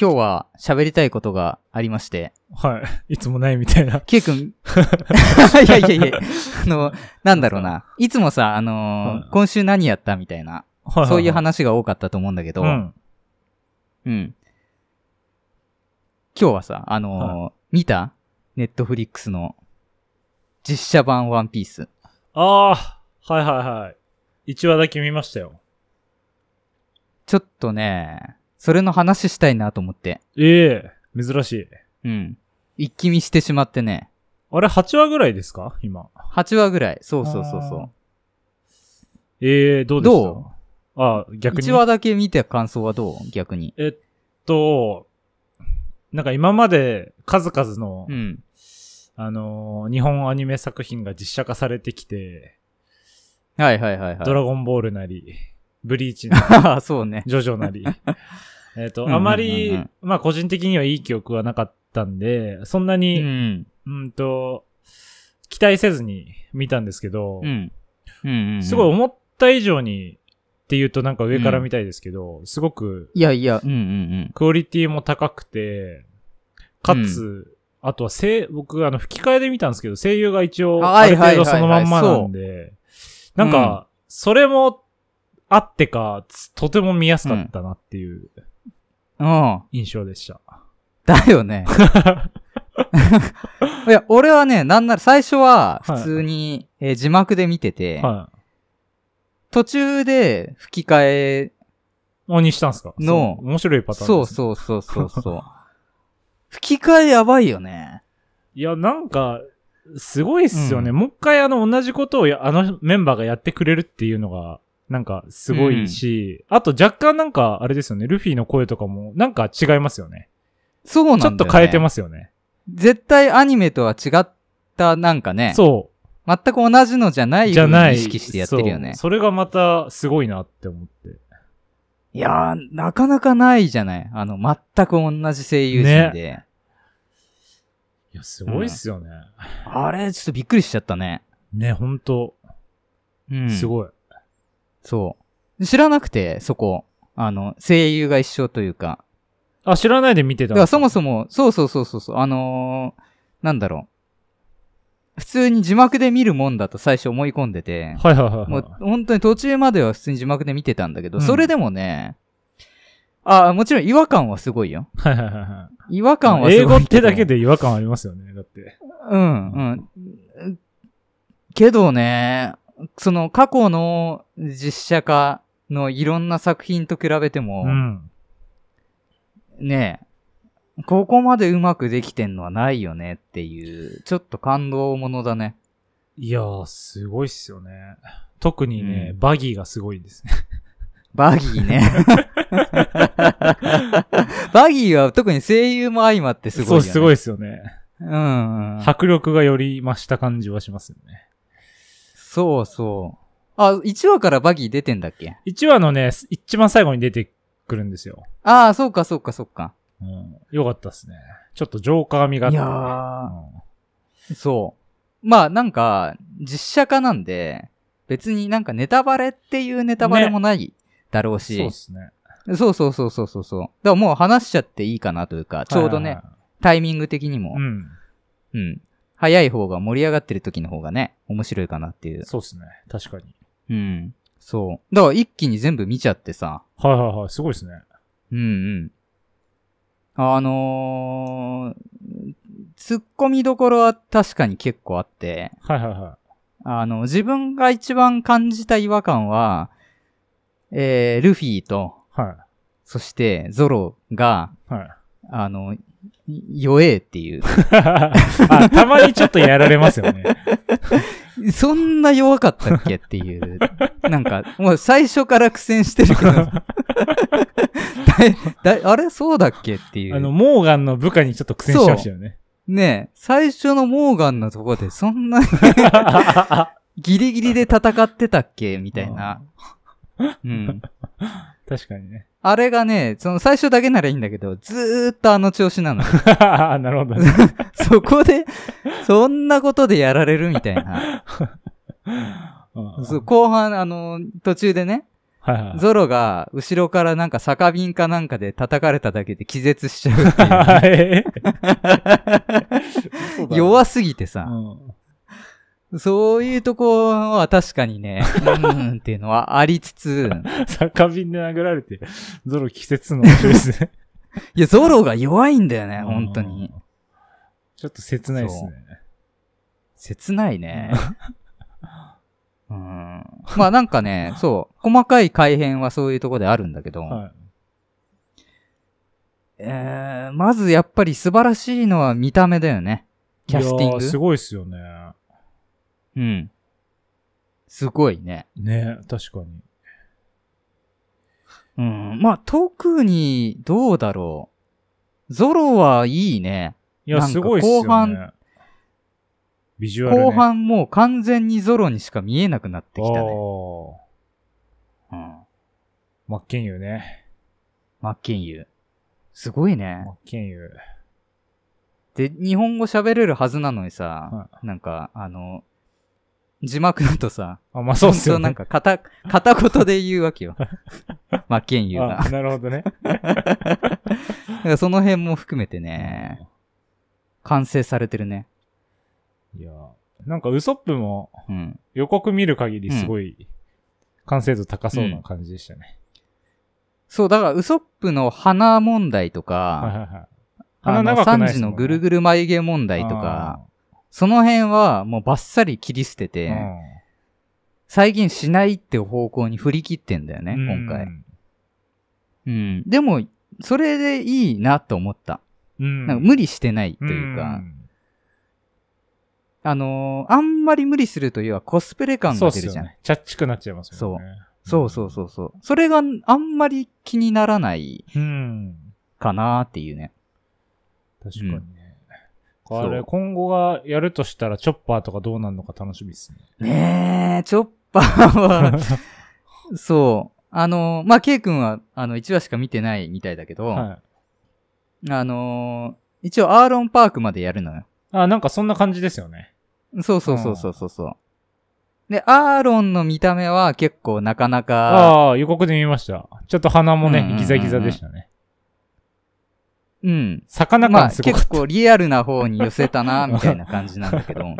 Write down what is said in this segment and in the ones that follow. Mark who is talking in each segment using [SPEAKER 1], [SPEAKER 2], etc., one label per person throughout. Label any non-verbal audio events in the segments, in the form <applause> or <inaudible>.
[SPEAKER 1] 今日は喋りたいことがありまして、
[SPEAKER 2] はい。いつもないみたいな。
[SPEAKER 1] ケイ
[SPEAKER 2] <laughs>
[SPEAKER 1] 君、いやいやいや、あの、なんだろうな。いつもさ、あのー
[SPEAKER 2] うん
[SPEAKER 1] 今週何やったみたいな、
[SPEAKER 2] はは
[SPEAKER 1] そういう話が多かったと思うんだけど、
[SPEAKER 2] う
[SPEAKER 1] うん。
[SPEAKER 2] ん。
[SPEAKER 1] 今日はさ、あのー見たネットフリックスの実写版ワンピース。
[SPEAKER 2] ああ、はいはいはい。1話だけ見ましたよ。
[SPEAKER 1] ちょっとね、それの話したいなと思って。
[SPEAKER 2] ええ珍しい。
[SPEAKER 1] うん。一気見してしまってね。
[SPEAKER 2] あれ、8話ぐらいですか今。
[SPEAKER 1] 8話ぐらい。そうそうそう
[SPEAKER 2] あー
[SPEAKER 1] そ
[SPEAKER 2] ええどうでした
[SPEAKER 1] ど
[SPEAKER 2] ああ、
[SPEAKER 1] う。
[SPEAKER 2] 逆に。
[SPEAKER 1] 1話だけ見た感想はどう逆に。
[SPEAKER 2] えっと、なんか今まで数々の、
[SPEAKER 1] うん。
[SPEAKER 2] あのー日本アニメ作品が実写化されてきて、
[SPEAKER 1] はいはいはいはい。
[SPEAKER 2] ドラゴンボールなり、ブリーチ
[SPEAKER 1] <laughs>
[SPEAKER 2] なり、
[SPEAKER 1] ああ、そうね。
[SPEAKER 2] ジョジョなり。
[SPEAKER 1] う
[SPEAKER 2] えっ
[SPEAKER 1] んうんうんう
[SPEAKER 2] と、
[SPEAKER 1] ん
[SPEAKER 2] あまり、まあ個人的にはいい記憶はなかったんで、そんな
[SPEAKER 1] う
[SPEAKER 2] に、
[SPEAKER 1] ん。
[SPEAKER 2] うんと、期待せずに見たんですけど、
[SPEAKER 1] うん。うんうん、うん。
[SPEAKER 2] すごい。思った以上にっていうとなんか上から見たいですけど、すごく
[SPEAKER 1] いやいや、うんうん
[SPEAKER 2] クオリティも高くて、かつ、あとは声、僕あの吹き替えで見たんですけど、声優が一応
[SPEAKER 1] あは
[SPEAKER 2] あ
[SPEAKER 1] い
[SPEAKER 2] る
[SPEAKER 1] はいはい
[SPEAKER 2] 程
[SPEAKER 1] はい
[SPEAKER 2] 度そのまんまなんで、なんか、それもあってか、つとても見やすかったなっていう
[SPEAKER 1] うん。うん。
[SPEAKER 2] 印象でした。
[SPEAKER 1] だよね。 <laughs> いや、俺はね、なんなら最初は普通に、えー字幕で見てて、
[SPEAKER 2] は
[SPEAKER 1] 途中で吹き替え、
[SPEAKER 2] い。何したんすか
[SPEAKER 1] の
[SPEAKER 2] そう面白いパターンですね、
[SPEAKER 1] そうそうそうそうそう。 <laughs> 吹き替えやばいよね。
[SPEAKER 2] いや、なんか、すごいっすよね。もう一回あの、同じことをや、あのメンバーがやってくれるっていうのが、なんか、すごいし、あと若干なんか、あれですよね、ルフィの声とかも、なんか違いますよね。
[SPEAKER 1] そうなんだ
[SPEAKER 2] ち
[SPEAKER 1] よ
[SPEAKER 2] ょ
[SPEAKER 1] ね。
[SPEAKER 2] っと変えてますよね。
[SPEAKER 1] 絶対アニメとは違ったなんかね、
[SPEAKER 2] そ
[SPEAKER 1] 全く同じのじゃな
[SPEAKER 2] う。
[SPEAKER 1] い
[SPEAKER 2] じ
[SPEAKER 1] よ
[SPEAKER 2] ゃ
[SPEAKER 1] うに
[SPEAKER 2] ない。
[SPEAKER 1] 意識してやってるよね
[SPEAKER 2] そう。それがまた、すごいなって思って。
[SPEAKER 1] いやー、なかなかないじゃない。あの、全く同じ声優陣で。
[SPEAKER 2] いや、すごいっすよね。
[SPEAKER 1] あれ、ちょっとびっくりしちゃったね。
[SPEAKER 2] ね、ほんと、
[SPEAKER 1] うん。
[SPEAKER 2] すごい。
[SPEAKER 1] そう。知らなくて、そこ。あの、声優が一緒というか。
[SPEAKER 2] あ、知らないで見て
[SPEAKER 1] だか
[SPEAKER 2] たんで
[SPEAKER 1] ら
[SPEAKER 2] す
[SPEAKER 1] そもそも、そうそうそうそうそう、あのー、なんだろう。普通に字幕で見るもんだと最初思い込んでて、
[SPEAKER 2] はいはいはい
[SPEAKER 1] も
[SPEAKER 2] は
[SPEAKER 1] う本当に途中までは普通に字幕で見てたんだけど、
[SPEAKER 2] うん
[SPEAKER 1] それでもね、あもちろん違和感はすごいよ。
[SPEAKER 2] い。はいはいはいは。
[SPEAKER 1] 違和感はいすごいけど。
[SPEAKER 2] 英語ってだけで違和感ありますよね、だって。
[SPEAKER 1] うん、うん。けどね、その過去の実写化のいろんな作品と比べても
[SPEAKER 2] う、ん。
[SPEAKER 1] ねえ、ここまでうまくできてんのはないよねっていう、ちょっと感動ものだね。
[SPEAKER 2] いやー、すごいっすよね。特にね、
[SPEAKER 1] うん
[SPEAKER 2] バギーがすごいですね。
[SPEAKER 1] バギー
[SPEAKER 2] <laughs>
[SPEAKER 1] ね。バギーは特に声優も相まってすごいよね。
[SPEAKER 2] そう、すごいっすよね。
[SPEAKER 1] うんうん。
[SPEAKER 2] 迫力がより増した感じはしますよね。
[SPEAKER 1] そうそう。あ、1話からバギー出てんだっけ
[SPEAKER 2] 1話のね、一番最後に出てくるんですよ。
[SPEAKER 1] ああ、そうかそうかそうか。
[SPEAKER 2] うん。よかったっすね。ちょっとジョーカー味があっ
[SPEAKER 1] い
[SPEAKER 2] て、
[SPEAKER 1] やー、
[SPEAKER 2] ね。
[SPEAKER 1] そう。まあなんか、実写化なんで、別になんかネタバレっていうネタバレもないだろうし、
[SPEAKER 2] うん、そうっすね。
[SPEAKER 1] そうそうそうそうそうそう。だからもう話しちゃっていいかなというか、ちょうどね、
[SPEAKER 2] はいはい
[SPEAKER 1] タイミング的にも、
[SPEAKER 2] はい。うん。
[SPEAKER 1] うん、早い方が盛り上がってる時の方がね、面白いかなっていう。
[SPEAKER 2] そうっすね。確かに。
[SPEAKER 1] うん。そう。だから一気に全部見ちゃってさ、
[SPEAKER 2] はいはいはい。すごいっすね。
[SPEAKER 1] うんうん。あのー、突っ込みどころは確かに結構あって、
[SPEAKER 2] はいはいは
[SPEAKER 1] あの、自分が一番感じた違和感は、えー、ルフィと、
[SPEAKER 2] い。は
[SPEAKER 1] そしてゾロが、
[SPEAKER 2] い。はい。
[SPEAKER 1] あの、い弱えっていう。
[SPEAKER 2] <laughs> あ、たまにちょっとやられます
[SPEAKER 1] <laughs>
[SPEAKER 2] よね。
[SPEAKER 1] そんな弱かったっけっていう。なんか、もう最初から苦戦してるけど。 <laughs> だだあれそうだっけっていう。
[SPEAKER 2] あの、モーガンの部下にちょっと苦戦しましたよね。
[SPEAKER 1] ねえ、最初のモーガンのとこでそんなにギリギリで戦ってたっけみたいな。うん。
[SPEAKER 2] <laughs> 確かにね。 <laughs>
[SPEAKER 1] あれがね、その最初だけならいいんだけど、ずーっとあの調子なの。
[SPEAKER 2] なるほどね。
[SPEAKER 1] <laughs> そこで、そんなことでやられるみたいな。
[SPEAKER 2] うん
[SPEAKER 1] そう後半、あの、途中でね、
[SPEAKER 2] はいはい。
[SPEAKER 1] ゾロが後ろからなんか酒瓶かなんかで叩かれただけで気絶しちゃうっていう
[SPEAKER 2] <laughs> はい。 <laughs>
[SPEAKER 1] ね弱すぎてさ、
[SPEAKER 2] うん
[SPEAKER 1] そういうとこは確かにね、うーんっていうのはありつつ、
[SPEAKER 2] 酒瓶で殴られて、ゾロ季節
[SPEAKER 1] <laughs>
[SPEAKER 2] の面白いですね。
[SPEAKER 1] いや、ゾロが弱いんだよね、本当に
[SPEAKER 2] う。ん。ちょっと切ないですね。
[SPEAKER 1] 切ないね。うん、まあなんかね、そう、細かい改変はそういうとこであるんだけど、
[SPEAKER 2] は
[SPEAKER 1] えー、まずやっぱり素晴らしいのは見た目だよね。
[SPEAKER 2] い。
[SPEAKER 1] キャスティン
[SPEAKER 2] いやーす
[SPEAKER 1] グ。
[SPEAKER 2] ごいっすよね。
[SPEAKER 1] うん。すごいね。
[SPEAKER 2] ね、確かに。
[SPEAKER 1] うん。まあ、特にどうだろう。ゾロはいいね。
[SPEAKER 2] いや、
[SPEAKER 1] なんか
[SPEAKER 2] すごいっすよね。
[SPEAKER 1] 後半
[SPEAKER 2] ビジュアル、ね。
[SPEAKER 1] 後半もう完全にゾロにしか見えなくなってきた
[SPEAKER 2] あ
[SPEAKER 1] ね。
[SPEAKER 2] ー
[SPEAKER 1] うん。
[SPEAKER 2] 真っ健優ね。
[SPEAKER 1] マッキンユー。すごいね
[SPEAKER 2] 真。っ健優。
[SPEAKER 1] で、日本語喋れるはずなのにさ、なんか、あの、字幕だとさ、
[SPEAKER 2] あ、まあそうっすよ
[SPEAKER 1] ほんとな
[SPEAKER 2] ね
[SPEAKER 1] ん。か片、片言で言うわけ
[SPEAKER 2] <laughs>
[SPEAKER 1] よ。マッキンユーが。
[SPEAKER 2] あなるほどね。
[SPEAKER 1] だからその辺も含めてね、完成されてるね。
[SPEAKER 2] いやー、なんかウソップも
[SPEAKER 1] うん。
[SPEAKER 2] 予告見る限りすごい完成度高そうな感じでしたね。
[SPEAKER 1] そう、だから、ウソップの花問題と
[SPEAKER 2] はい
[SPEAKER 1] か、
[SPEAKER 2] はいはい。
[SPEAKER 1] あ
[SPEAKER 2] 鼻
[SPEAKER 1] の、
[SPEAKER 2] 長く
[SPEAKER 1] サ
[SPEAKER 2] な
[SPEAKER 1] ン
[SPEAKER 2] いっす
[SPEAKER 1] ジ
[SPEAKER 2] もんね
[SPEAKER 1] のぐるぐる眉毛問題とか、その辺はもうバッサリ切り捨て
[SPEAKER 2] あ
[SPEAKER 1] て、
[SPEAKER 2] ー、
[SPEAKER 1] 再現しないって方向に振り切ってんだよね、
[SPEAKER 2] うん
[SPEAKER 1] 今回。。うん。でも、それでいいなと思った。
[SPEAKER 2] うん。
[SPEAKER 1] なんか無理してないというか、あのーあんまり無理するというはコスプレ
[SPEAKER 2] うん、
[SPEAKER 1] 感
[SPEAKER 2] そう
[SPEAKER 1] が
[SPEAKER 2] っ
[SPEAKER 1] 出る
[SPEAKER 2] すよ
[SPEAKER 1] じゃない。
[SPEAKER 2] ね。ちゃっちくなっちゃいますよね。
[SPEAKER 1] そうそうそうそう。それがあんまり気にならない
[SPEAKER 2] うん。
[SPEAKER 1] かなっていうね。
[SPEAKER 2] 確かに
[SPEAKER 1] う
[SPEAKER 2] ね。
[SPEAKER 1] ん
[SPEAKER 2] あ
[SPEAKER 1] そ
[SPEAKER 2] れ、
[SPEAKER 1] う
[SPEAKER 2] 今後がやるとしたら、チョッパーとかどうなるのか楽しみ
[SPEAKER 1] <laughs>
[SPEAKER 2] ですね。
[SPEAKER 1] ねえ、チョッパー
[SPEAKER 2] <laughs>
[SPEAKER 1] は、そう。あの、まあ、ケイ君は、あの、1話しか見てないみたいだけど、
[SPEAKER 2] はい。
[SPEAKER 1] あのー一応、アーロンパークまでやるのよ。
[SPEAKER 2] あ、なんかそんな感じですよね。
[SPEAKER 1] そうそうそうそうそうそう。で、アーロンの見た目は結構なかなか、
[SPEAKER 2] ああー、予告で見ました。ちょっと鼻も
[SPEAKER 1] うんうんうん
[SPEAKER 2] ね
[SPEAKER 1] う、ん
[SPEAKER 2] ギザギザでしたね。
[SPEAKER 1] うん。
[SPEAKER 2] 魚
[SPEAKER 1] まあ、
[SPEAKER 2] 感すごかっ
[SPEAKER 1] 結構リアルな方に寄せた
[SPEAKER 2] <laughs>
[SPEAKER 1] な、みたいな感じなんだけど、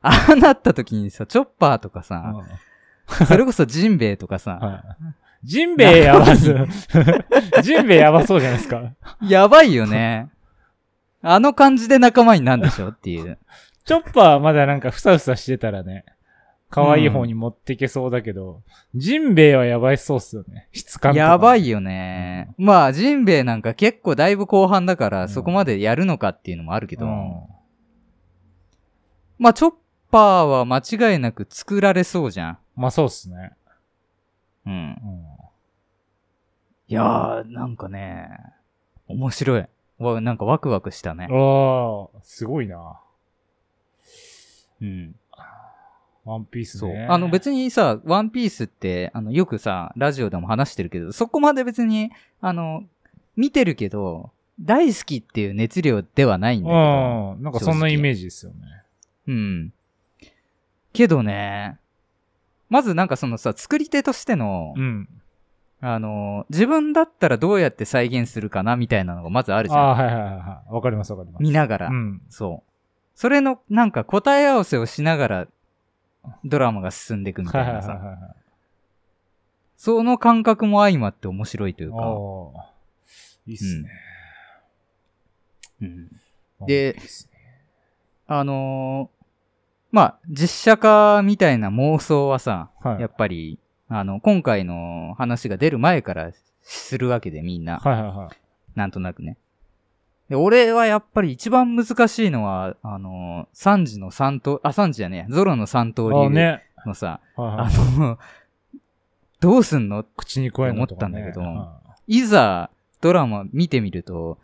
[SPEAKER 1] ああなった時にさ、チョッパーとか
[SPEAKER 2] た。
[SPEAKER 1] さ、
[SPEAKER 2] うん
[SPEAKER 1] それこそジンベエとかさ、
[SPEAKER 2] はい。ジンベエやばそう。ジンベエやばそうじゃないです
[SPEAKER 1] <laughs>
[SPEAKER 2] か。
[SPEAKER 1] やばいよね。あの感じで仲間になんでしょっていう。
[SPEAKER 2] チョッパーはまだなんかふさふさしてたらね、可愛い方に持っていけそうだけど、ジンベエはやばいそうっすよね。質感とか。
[SPEAKER 1] やば
[SPEAKER 2] い。
[SPEAKER 1] いよね。まあ、ジンベエなんか結構だいぶ後半だか
[SPEAKER 2] う
[SPEAKER 1] ら、
[SPEAKER 2] ん
[SPEAKER 1] そこまでやるのかっていうのもあるけ
[SPEAKER 2] け
[SPEAKER 1] ど、
[SPEAKER 2] ど、
[SPEAKER 1] まあ、チョッパーは間違いなく作られそうじゃん。
[SPEAKER 2] まあそうっすね。
[SPEAKER 1] うん。
[SPEAKER 2] うん
[SPEAKER 1] いやー、なんかね、面白い。わなんかワクワクしたね。
[SPEAKER 2] ああ、すごいな。
[SPEAKER 1] うん。
[SPEAKER 2] ワンピース
[SPEAKER 1] そう。
[SPEAKER 2] ね。
[SPEAKER 1] あの別にさ、ワンピースって、あの、よくさ、ラジオでも話してるけど、そこまで別に、あの、見てるけど、大好きっていう熱量ではないんだけど。
[SPEAKER 2] うん。なんかそんなイメージですよね。
[SPEAKER 1] うん。けどね、まずなんかそのさ、作り手としての、
[SPEAKER 2] うん。
[SPEAKER 1] あの、自分だったらどうやって再現するかなみたいなのがまずあるじ
[SPEAKER 2] あ
[SPEAKER 1] ゃ
[SPEAKER 2] あ
[SPEAKER 1] ん。
[SPEAKER 2] ー、はいはいはいはい。わかりますわかります。
[SPEAKER 1] 見ながら。
[SPEAKER 2] うん。
[SPEAKER 1] そう。それの、なんか答え合わせをしながら、ドラマが進んでいくみ
[SPEAKER 2] は
[SPEAKER 1] たい
[SPEAKER 2] いは
[SPEAKER 1] ない
[SPEAKER 2] いは
[SPEAKER 1] さ。
[SPEAKER 2] は
[SPEAKER 1] その感覚も相まって面白いとい
[SPEAKER 2] い。
[SPEAKER 1] う
[SPEAKER 2] あ
[SPEAKER 1] か。
[SPEAKER 2] あ。いいっすね。
[SPEAKER 1] うん
[SPEAKER 2] ワン
[SPEAKER 1] で
[SPEAKER 2] ピースね、
[SPEAKER 1] あのーまあ、実写化みたいな妄想はさ、
[SPEAKER 2] はい。
[SPEAKER 1] やっぱり、あの、今回の話が出る前からするわけでみんな、
[SPEAKER 2] はいはいはい。
[SPEAKER 1] なんとなくね。で、俺はやっぱり一番難しいのは、あのーサンジの三刀、あ、サンジじゃねえ、ゾロの三刀
[SPEAKER 2] ああ
[SPEAKER 1] 流
[SPEAKER 2] ね。
[SPEAKER 1] のさ、
[SPEAKER 2] はいは
[SPEAKER 1] あ
[SPEAKER 2] い。
[SPEAKER 1] の、どうすんの
[SPEAKER 2] 口に加えるのとかね
[SPEAKER 1] 思ったんだけど
[SPEAKER 2] はい
[SPEAKER 1] ざドラマ見てみると、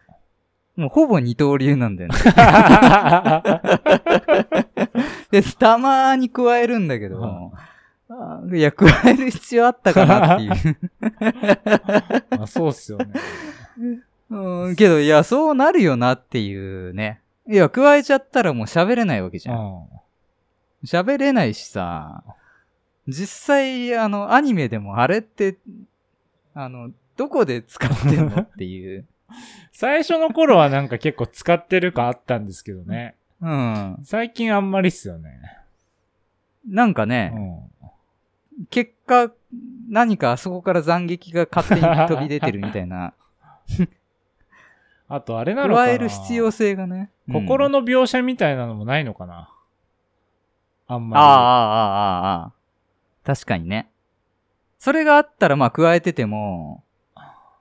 [SPEAKER 1] もうほぼ二刀流なんだよね。 <laughs>
[SPEAKER 2] い
[SPEAKER 1] で、たまーに加えるんだけど、
[SPEAKER 2] うん
[SPEAKER 1] あーいや、加える必要あったかなっていう。 <laughs>
[SPEAKER 2] まあそうっすよね。
[SPEAKER 1] うん、けど、いや、そうなるよなっていうね。いや、加えちゃったらもう喋れないわけじ
[SPEAKER 2] う
[SPEAKER 1] ゃん。
[SPEAKER 2] ん。
[SPEAKER 1] 喋れないしさ、実際、あの、アニメでもあれって、あの、どこで使ってんのって
[SPEAKER 2] <laughs>
[SPEAKER 1] いう。
[SPEAKER 2] 最初の頃はなんか結構使ってるかあったんですけどね。
[SPEAKER 1] うん。
[SPEAKER 2] 最近あんまりっすよね。
[SPEAKER 1] なんか
[SPEAKER 2] う
[SPEAKER 1] ね、
[SPEAKER 2] ん。
[SPEAKER 1] 結果、何かあそこから斬撃が勝手に飛び出てるみたい
[SPEAKER 2] <laughs>
[SPEAKER 1] な、
[SPEAKER 2] あとあれなのかな
[SPEAKER 1] 加える必要性がね。
[SPEAKER 2] 心
[SPEAKER 1] の、
[SPEAKER 2] の描写みたいなのもないのかな
[SPEAKER 1] ああ、
[SPEAKER 2] あん
[SPEAKER 1] あ
[SPEAKER 2] ま
[SPEAKER 1] あ、ああ、ああ。確かにね。それがあったら、まあ、加えてても、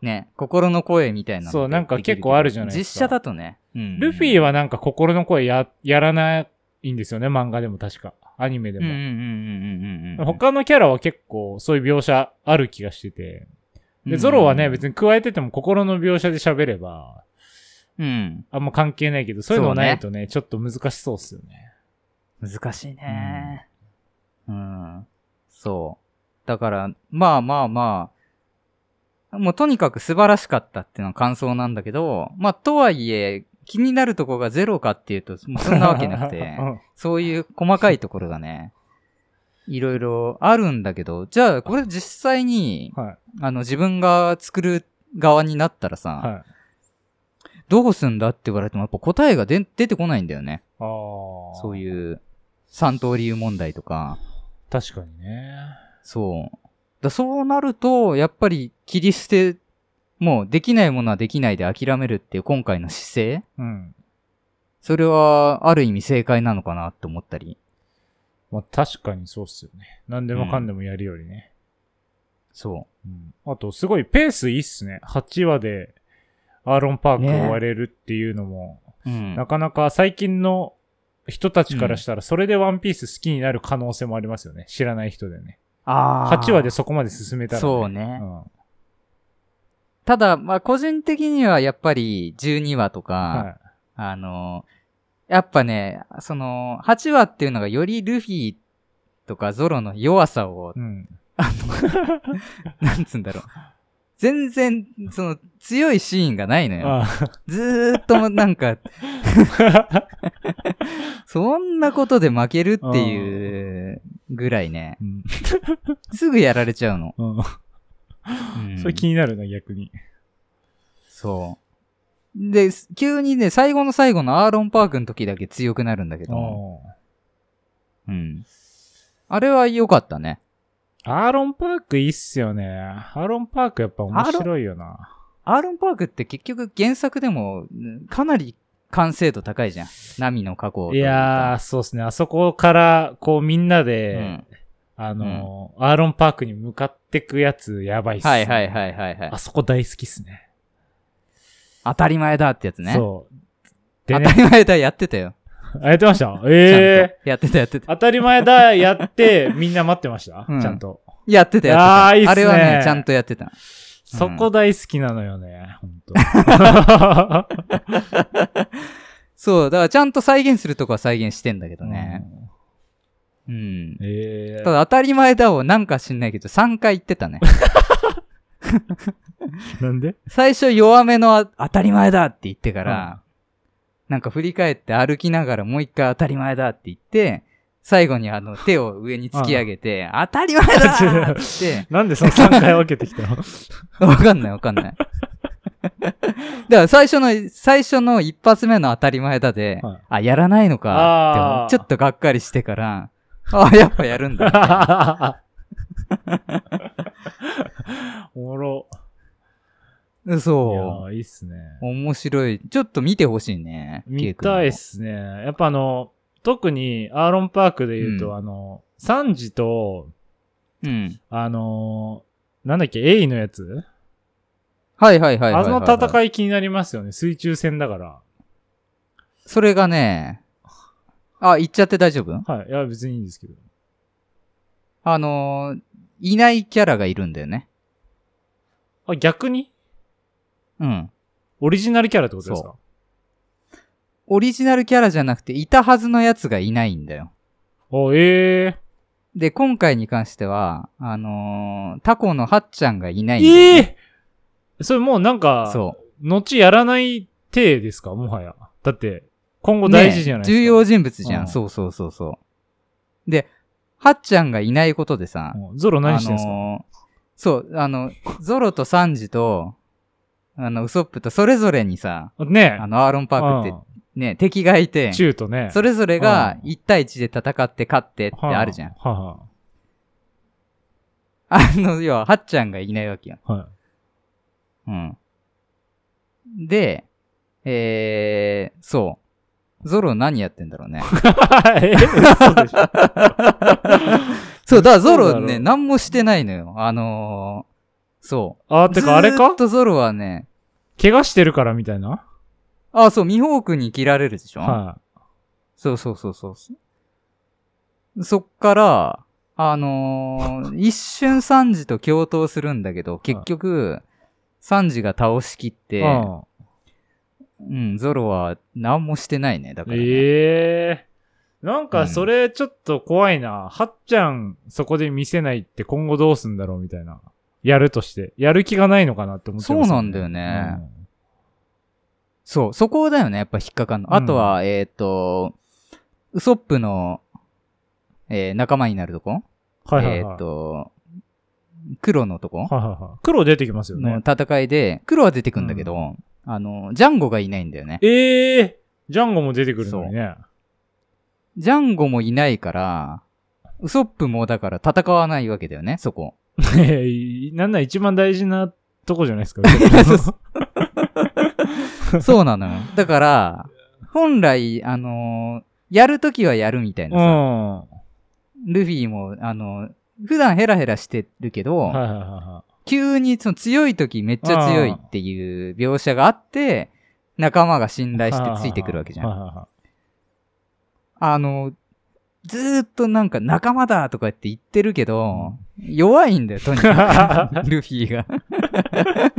[SPEAKER 1] ね、心の声みたいなの
[SPEAKER 2] そう
[SPEAKER 1] で
[SPEAKER 2] なんか
[SPEAKER 1] できるけど
[SPEAKER 2] 結構あるじゃないですか
[SPEAKER 1] 実写だとね。うん
[SPEAKER 2] り。ルフィはなんか心の声や、やらないんですよね、漫画でも確か。アニメで
[SPEAKER 1] うんうんう
[SPEAKER 2] も。
[SPEAKER 1] んうんうんうん。
[SPEAKER 2] 他のキャラは結構そういう描写ある気がしてて。で、ゾロはね、別
[SPEAKER 1] に。
[SPEAKER 2] に加えてても心の描写で喋れば、
[SPEAKER 1] うん。
[SPEAKER 2] あんま関係ないけど、そういうの
[SPEAKER 1] そうね
[SPEAKER 2] ないとね、ちょっと難しそうっすよね。
[SPEAKER 1] 難しいね、うん。そう。だから、まあまあまあ、もうとにかく素晴らしかったっていうのは感想なんだけど、まあとはいえ、気になるとこがゼロかっていうと、もうそんなわけなくて
[SPEAKER 2] <laughs> う、ん
[SPEAKER 1] そういう細かいところがね、いろいろあるんだけど、じゃあこれ実際に、
[SPEAKER 2] はい。
[SPEAKER 1] あの自分が作る側になったらさ、
[SPEAKER 2] はい。
[SPEAKER 1] どうすんだって言われてもやっぱ答えが出出てこないんだよね。
[SPEAKER 2] ああ。
[SPEAKER 1] そう
[SPEAKER 2] う。
[SPEAKER 1] いう三刀流問題とか、
[SPEAKER 2] 確かにね。
[SPEAKER 1] そう。だそうなると、やっぱり切り捨て、もうできないものはできないで諦めるっていう今回の姿勢
[SPEAKER 2] うん。
[SPEAKER 1] それはある意味正解なのかなって思ったり。
[SPEAKER 2] まあ確かにそうっすよね。何でもかんでもやるよりね。
[SPEAKER 1] そ
[SPEAKER 2] うん。あと、すごいペースいいっすね。8話で、アーロン・パークを終われるっていうのも、
[SPEAKER 1] う。うん
[SPEAKER 2] なかなか最近の人たちからしたら、それでワンピース好きになる可能性もありますよね。知らない人でね。
[SPEAKER 1] あー
[SPEAKER 2] 8話でそこまで進めたら、
[SPEAKER 1] そう
[SPEAKER 2] ね。
[SPEAKER 1] ね。
[SPEAKER 2] うん。
[SPEAKER 1] ただ、まあ、個人的にはやっぱり12話とか、
[SPEAKER 2] は
[SPEAKER 1] あの、やっぱね、その、8話っていうのがよりルフィとかゾロの弱さを <laughs>
[SPEAKER 2] い。うん。
[SPEAKER 1] なんつうんだろう。全然、その、強いシーンがないのよ。
[SPEAKER 2] あ
[SPEAKER 1] ずーっとなん
[SPEAKER 2] <laughs>
[SPEAKER 1] か、
[SPEAKER 2] あ。
[SPEAKER 1] そんなことで負けるっていうぐらいね、
[SPEAKER 2] うん。
[SPEAKER 1] すぐやられちゃうの。
[SPEAKER 2] う
[SPEAKER 1] う
[SPEAKER 2] ん
[SPEAKER 1] ん
[SPEAKER 2] それ気になるな、逆に。
[SPEAKER 1] そう。で、急にね、最後の最後のアーロンパークの時だけ強くなるんだけど、うん。あれは良かったね。
[SPEAKER 2] アーロン・パークいいっすよね。アーロン・パークやっぱ面白いよな。
[SPEAKER 1] アーロンパークって結局原作でもうんかなり完成度高いじゃん。波の過去と
[SPEAKER 2] いう
[SPEAKER 1] か
[SPEAKER 2] やー、そうっすね。あそこから、こうみんなで、
[SPEAKER 1] うん
[SPEAKER 2] あのーアーロン・パークに向かってくやつやばいっすね。
[SPEAKER 1] はいはいはいはいはい
[SPEAKER 2] あ。そこ大好きっすね。
[SPEAKER 1] 当たり前だってやつね。
[SPEAKER 2] そう。で
[SPEAKER 1] 当
[SPEAKER 2] ね
[SPEAKER 1] た、り前だやってたよ。
[SPEAKER 2] <laughs> あ、やってまし
[SPEAKER 1] <laughs> ち
[SPEAKER 2] た
[SPEAKER 1] ゃんと
[SPEAKER 2] ええ
[SPEAKER 1] やってたやってた。
[SPEAKER 2] 当たり前だ、やって、みんな待ってました、
[SPEAKER 1] うん
[SPEAKER 2] ちゃんと。
[SPEAKER 1] やってたやってた。
[SPEAKER 2] あーいいっすね
[SPEAKER 1] あれはね、ちゃんとやってた。
[SPEAKER 2] そこ大好きなのよね、
[SPEAKER 1] <laughs>
[SPEAKER 2] ほんと。う
[SPEAKER 1] そう、だからちゃんと再現するとこは再現してんだけど
[SPEAKER 2] ん
[SPEAKER 1] ね。うん。
[SPEAKER 2] ええ
[SPEAKER 1] ただ当たり前だをなんか知んないけど3回言って
[SPEAKER 2] <laughs>
[SPEAKER 1] たね。
[SPEAKER 2] なんで
[SPEAKER 1] 最初弱めのあ当たり前だって言ってから、なんか振り返って歩きながらもう一回当たり前だって言って、最後にあの手を上に突き上げて、当たり前だーって言って、
[SPEAKER 2] なんでその3回分けてきたの
[SPEAKER 1] わかんないわかんない。 <laughs> だから最初の、最初の一発目の当たり前だで、
[SPEAKER 2] はい
[SPEAKER 1] あ、やらないのかって思
[SPEAKER 2] あー
[SPEAKER 1] う、ちょっとがっかりしてから、あ、やっぱやるん
[SPEAKER 2] <laughs>
[SPEAKER 1] だ。
[SPEAKER 2] <laughs> おもろ。いや
[SPEAKER 1] そ
[SPEAKER 2] ーいいっすね。
[SPEAKER 1] う。面白い。ちょっと見てほしいね。
[SPEAKER 2] 見たいっ
[SPEAKER 1] っ。
[SPEAKER 2] すね。やっぱあの、特にアーロンパークで言うと、
[SPEAKER 1] うん
[SPEAKER 2] あの、サンジと、
[SPEAKER 1] うん。
[SPEAKER 2] あのーなんだっけ、エイのやつ、
[SPEAKER 1] はいはいはいはいはい、はい。
[SPEAKER 2] あの戦い気になりますよね。水中戦だから。
[SPEAKER 1] それがね、あ、言っちゃって大丈夫
[SPEAKER 2] はい。いや、別にいいんですけど。
[SPEAKER 1] あのーいないキャラがいるんだよね。
[SPEAKER 2] あ、逆に
[SPEAKER 1] うん。
[SPEAKER 2] オリジナルキャラってことですか
[SPEAKER 1] オリジナルキャラじゃなくて、いたはずのやつがいないんだよ。
[SPEAKER 2] お、え
[SPEAKER 1] で、今回に関しては、あのータコのハッちゃんがいな
[SPEAKER 2] え
[SPEAKER 1] いんで、
[SPEAKER 2] ええそれもうなんか、
[SPEAKER 1] そう。
[SPEAKER 2] 後やらない体ですかもはや。だって、今後大事じゃないですか。
[SPEAKER 1] ね重要人物じゃん。
[SPEAKER 2] うん
[SPEAKER 1] そうそうそうそう。で、はっちゃんがいないことでさ、
[SPEAKER 2] もうゾロ何してんすか、
[SPEAKER 1] あのーそう、あの、ゾロとサンジと、あの、ウソップとそれぞれにさ、
[SPEAKER 2] ね
[SPEAKER 1] あの、アーロンパークって
[SPEAKER 2] う
[SPEAKER 1] ね、敵がいて
[SPEAKER 2] ん、中とね。
[SPEAKER 1] そ
[SPEAKER 2] れ
[SPEAKER 1] れぞれが
[SPEAKER 2] うん
[SPEAKER 1] 1対1で戦って勝ってってあるじゃん。
[SPEAKER 2] はあ、は
[SPEAKER 1] あの、要は、はっちゃんがいないわけよ。
[SPEAKER 2] あ、は
[SPEAKER 1] うん。で、えー、そう。ゾロ何やってんだろ
[SPEAKER 2] <laughs>
[SPEAKER 1] うね。 <laughs>
[SPEAKER 2] い。え嘘でしょ
[SPEAKER 1] そう、だからゾ
[SPEAKER 2] そ
[SPEAKER 1] ロ
[SPEAKER 2] うだろ
[SPEAKER 1] ね、
[SPEAKER 2] う
[SPEAKER 1] 何もしてないのよ。あのー、そう。
[SPEAKER 2] あー、てかあれ
[SPEAKER 1] ずー
[SPEAKER 2] か
[SPEAKER 1] っとゾロはね、
[SPEAKER 2] 怪我してるからみたいな
[SPEAKER 1] あ、そう、ミホークに切られるでしょ、
[SPEAKER 2] は
[SPEAKER 1] そうそうそうそう。そっから、あのー一瞬サンジと共闘するんだけど、結局、サンジが倒しきっ
[SPEAKER 2] い。
[SPEAKER 1] て、
[SPEAKER 2] うん
[SPEAKER 1] うん、ゾロは何もしてないね、だからね、
[SPEAKER 2] ええなんかそれちょっと怖いな。はっちゃんそこで見せないって今後どうすんだろうみたいな。やるとして。やる気がないのかなって思ってます
[SPEAKER 1] そうなんだよねそう、そこだよね、やっぱ引っかかんの。
[SPEAKER 2] うん
[SPEAKER 1] あとは、えっ、と、ウソップの、えー仲間になるとこ、
[SPEAKER 2] うんはいはい
[SPEAKER 1] えっ、
[SPEAKER 2] はい。
[SPEAKER 1] と、黒のとこ、
[SPEAKER 2] はいはいはい。黒出てきますよ
[SPEAKER 1] の
[SPEAKER 2] ね。
[SPEAKER 1] 戦いで、黒は出てくんだけど、あの、ジャンゴがいないんだよね。
[SPEAKER 2] ええジャンゴも出てくるのにね。
[SPEAKER 1] ジャンゴもいないから、ウソップもだから戦わないわけだよね、そこ。
[SPEAKER 2] <laughs> なんなら一番大事なとこじゃないです <laughs> か。。
[SPEAKER 1] そうそそうなのよ。だから、本来、あのーやるときはやるみたいうなんさ、
[SPEAKER 2] は
[SPEAKER 1] ルフィも、あのー普段ヘラヘラしてるけど、
[SPEAKER 2] いはいはいは
[SPEAKER 1] 急にその強い時めっちゃ強いっていう描写があって、仲間が信
[SPEAKER 2] い。
[SPEAKER 1] 頼してついてくるわけじゃ
[SPEAKER 2] はい
[SPEAKER 1] ん。
[SPEAKER 2] はいはい
[SPEAKER 1] あの、ずーっとなんか仲間だとかって言ってるけど、弱いんだよ、とにかく。ルフィが。 <laughs>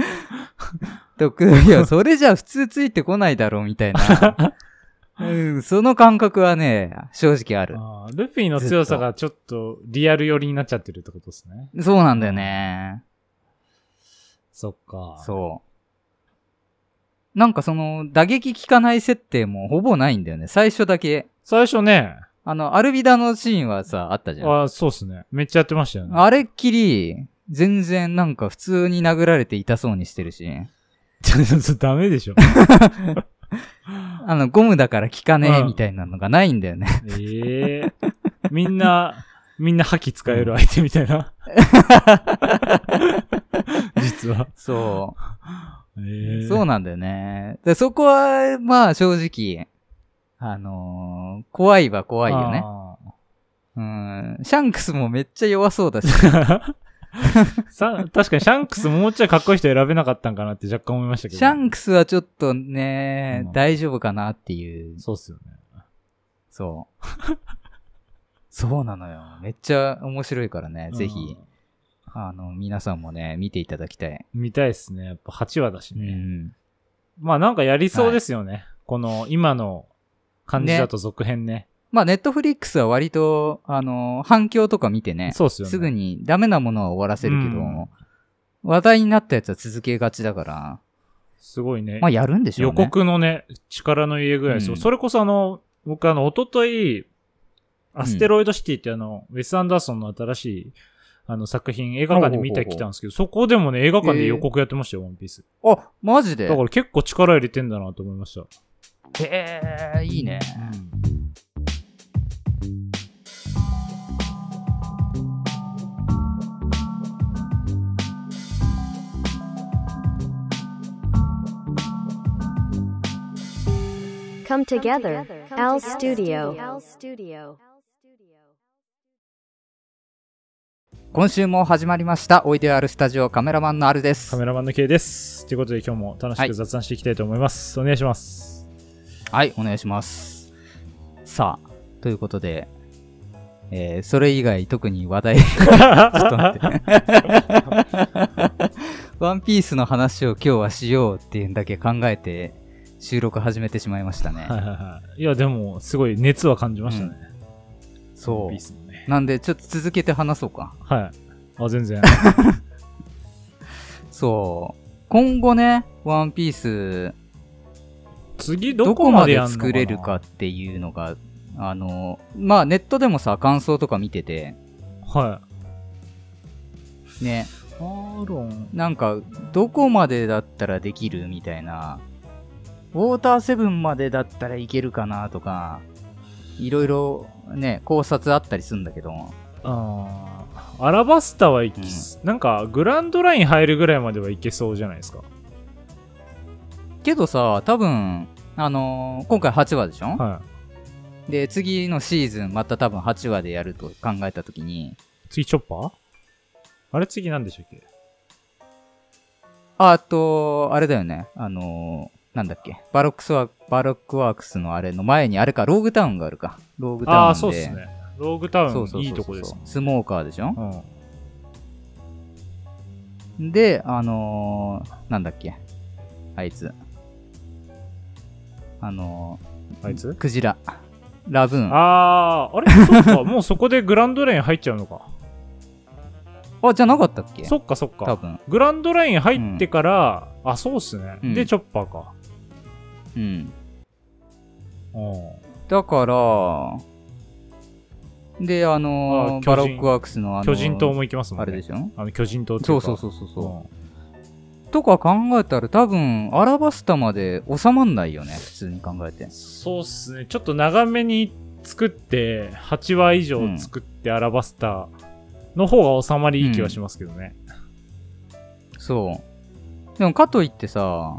[SPEAKER 1] とく、いや、それじゃ普通ついてこないだろう、みたいな。うん、その感覚はね、正直ある。
[SPEAKER 2] あールフィの強さがちょっとリアル寄りになっちゃってるってことですね。
[SPEAKER 1] そうなんだよね。
[SPEAKER 2] そっか。
[SPEAKER 1] そう。なんかその、打撃効かない設定もほぼないんだよね。最初だけ。
[SPEAKER 2] 最初ね、
[SPEAKER 1] あの、アルビダのシーンはさ、あったじゃん。あ
[SPEAKER 2] あそうっすね。めっちゃやってましたよね。
[SPEAKER 1] れっきり、全然なんか普通に殴られて痛そうにしてるし、
[SPEAKER 2] ちょっと <laughs> ダメでしょ。
[SPEAKER 1] あの、ゴムだから効かねえみたいなのがないんだよ
[SPEAKER 2] <laughs>
[SPEAKER 1] ね。
[SPEAKER 2] ええみんな、みんな覇気使える相手みたい <laughs> な。実は。
[SPEAKER 1] そ
[SPEAKER 2] え
[SPEAKER 1] う。
[SPEAKER 2] ー
[SPEAKER 1] そうなんだよね。でそこは、まあ正直、あのー怖いは怖いよね。
[SPEAKER 2] あ
[SPEAKER 1] うん。シャンクスもめっちゃ弱そう
[SPEAKER 2] <laughs>
[SPEAKER 1] だし。
[SPEAKER 2] ーさ確かにシャンクスもうちょいかっこいい人選べなかったんかなって若干思いましたけど。
[SPEAKER 1] シャンクスはちょっとね、
[SPEAKER 2] うん
[SPEAKER 1] 大丈夫かなっていう。
[SPEAKER 2] そうっすよね。
[SPEAKER 1] そう。
[SPEAKER 2] <laughs>
[SPEAKER 1] そうなのよ。めっちゃ面白いからね、ぜひ
[SPEAKER 2] うん、
[SPEAKER 1] あの、皆さんもね、見ていただきたい。
[SPEAKER 2] 見たいっすね。やっぱ8話だし
[SPEAKER 1] う
[SPEAKER 2] ね。
[SPEAKER 1] ん。
[SPEAKER 2] まあなんかやりそうですよね。この今の感じだと続編ね。
[SPEAKER 1] まあ、ネットフリックスは割と、あの、反響とか見てね、
[SPEAKER 2] そうっすよね。
[SPEAKER 1] すぐにダメなものは終わらせるけど、
[SPEAKER 2] うん
[SPEAKER 1] 話題になったやつは続けがちだから、
[SPEAKER 2] すごいね。
[SPEAKER 1] まあ、やるんでしょう
[SPEAKER 2] 予
[SPEAKER 1] ね。
[SPEAKER 2] 告のね、力の家ぐらいです
[SPEAKER 1] う
[SPEAKER 2] よ、
[SPEAKER 1] ん
[SPEAKER 2] それこそあの、僕あの、おととい、アステロイドシティってあの、ウェス・アンダーソンの新しい、あの作品映画館で見てきたんですけど、そこでもね、映画館で予告やってましたよ、ワンピース。
[SPEAKER 1] あ、マジで
[SPEAKER 2] だから結構力入れてんだなと思いました。
[SPEAKER 1] へえ、いいね。
[SPEAKER 3] Come
[SPEAKER 4] together,
[SPEAKER 3] together,
[SPEAKER 4] Al
[SPEAKER 3] Al Studio.
[SPEAKER 4] Studio. Al
[SPEAKER 3] Studio.
[SPEAKER 1] 今週も始まりました、おいであるスタジオカメラマンのあるです
[SPEAKER 2] カ。メラマンの系です。ということで今日も楽し
[SPEAKER 1] はい
[SPEAKER 2] く雑談していきたいと思います。お願い
[SPEAKER 1] <laughs>
[SPEAKER 2] します。
[SPEAKER 1] はい、お願いします。さあ、ということで、えーそれ以外特に話題、ちょ <laughs> っと待って。ワンピースの話を今日はしようっていうんだけ考えて、収録始めてしまいましたね。
[SPEAKER 2] はいはいはい。いや、でも、すごい熱は感じましたね。ワン
[SPEAKER 1] そ
[SPEAKER 2] ピースのね。
[SPEAKER 1] う。なんで、ちょっと続けて話そうか。
[SPEAKER 2] はい。あ、全然。
[SPEAKER 1] そう。今後ね、ワンピース、
[SPEAKER 2] 次、ど
[SPEAKER 1] ど
[SPEAKER 2] こ
[SPEAKER 1] こ
[SPEAKER 2] ま
[SPEAKER 1] まで
[SPEAKER 2] でやんのかな
[SPEAKER 1] 作れるか。っていうのが、あの、まあネットでもさ、感想とか見てて、
[SPEAKER 2] は
[SPEAKER 1] ね、
[SPEAKER 2] い。アロン。
[SPEAKER 1] なんか、どこまでだったらできるみたいな、ウォーターセブンまでだったらいけるかなとか、いろいろね、考察あったりするんだけど、
[SPEAKER 2] あーアラバスタはいき、なんか、グランドライン入るぐらいまではいけそうじゃないですか。
[SPEAKER 1] けどさ、多分、あのー今回8話でしょ、
[SPEAKER 2] は
[SPEAKER 1] で、次のシーズンまた多分8話でやると考えたときに、
[SPEAKER 2] い。次、チョッパーあれ次なんでしたっけ
[SPEAKER 1] ああと、あれだよね、あのーなんだっけ、バロックスワーク、バロックワークスのあれの前にあれか、ローグタウンがあるか。ローグタウンで。
[SPEAKER 2] ああー、そうっすね。ローグタウン、
[SPEAKER 1] そうそうそうそう
[SPEAKER 2] いいとこですもん。
[SPEAKER 1] スモーカーでしょ
[SPEAKER 2] うん。
[SPEAKER 1] で、あのーなんだっけ、あいつ。あの
[SPEAKER 2] あいつ
[SPEAKER 1] ークジラ。ラブーン。あ
[SPEAKER 2] ああ、
[SPEAKER 1] <laughs>
[SPEAKER 2] あれそっか、もうそこでグランドライン入っちゃうのか。
[SPEAKER 1] じゃなかったっけ
[SPEAKER 2] そっかそっ
[SPEAKER 1] 多
[SPEAKER 2] か。
[SPEAKER 1] 分。
[SPEAKER 2] グランドライン入ってから、あ、そうっすね。
[SPEAKER 1] うん
[SPEAKER 2] で、チョッパーか。
[SPEAKER 1] うん。
[SPEAKER 2] うん。
[SPEAKER 1] だから、で、あ
[SPEAKER 2] あ
[SPEAKER 1] の
[SPEAKER 2] 巨
[SPEAKER 1] ー
[SPEAKER 2] 人
[SPEAKER 1] バロックワークスのあのー
[SPEAKER 2] 巨人党も行きますも
[SPEAKER 1] あ
[SPEAKER 2] ん
[SPEAKER 1] れで
[SPEAKER 2] ね。
[SPEAKER 1] しょ
[SPEAKER 2] あの巨人党ってい
[SPEAKER 1] そう
[SPEAKER 2] か
[SPEAKER 1] そうそうそうそう。
[SPEAKER 2] うん
[SPEAKER 1] とか考えたら多分アラバスタまで収まんないよね普通に考えて
[SPEAKER 2] そうっすね。ちょっと長めに作って、8話以上作ってアラバスタの方が収まりいい気はしますけどね。
[SPEAKER 1] そうでもかといってさ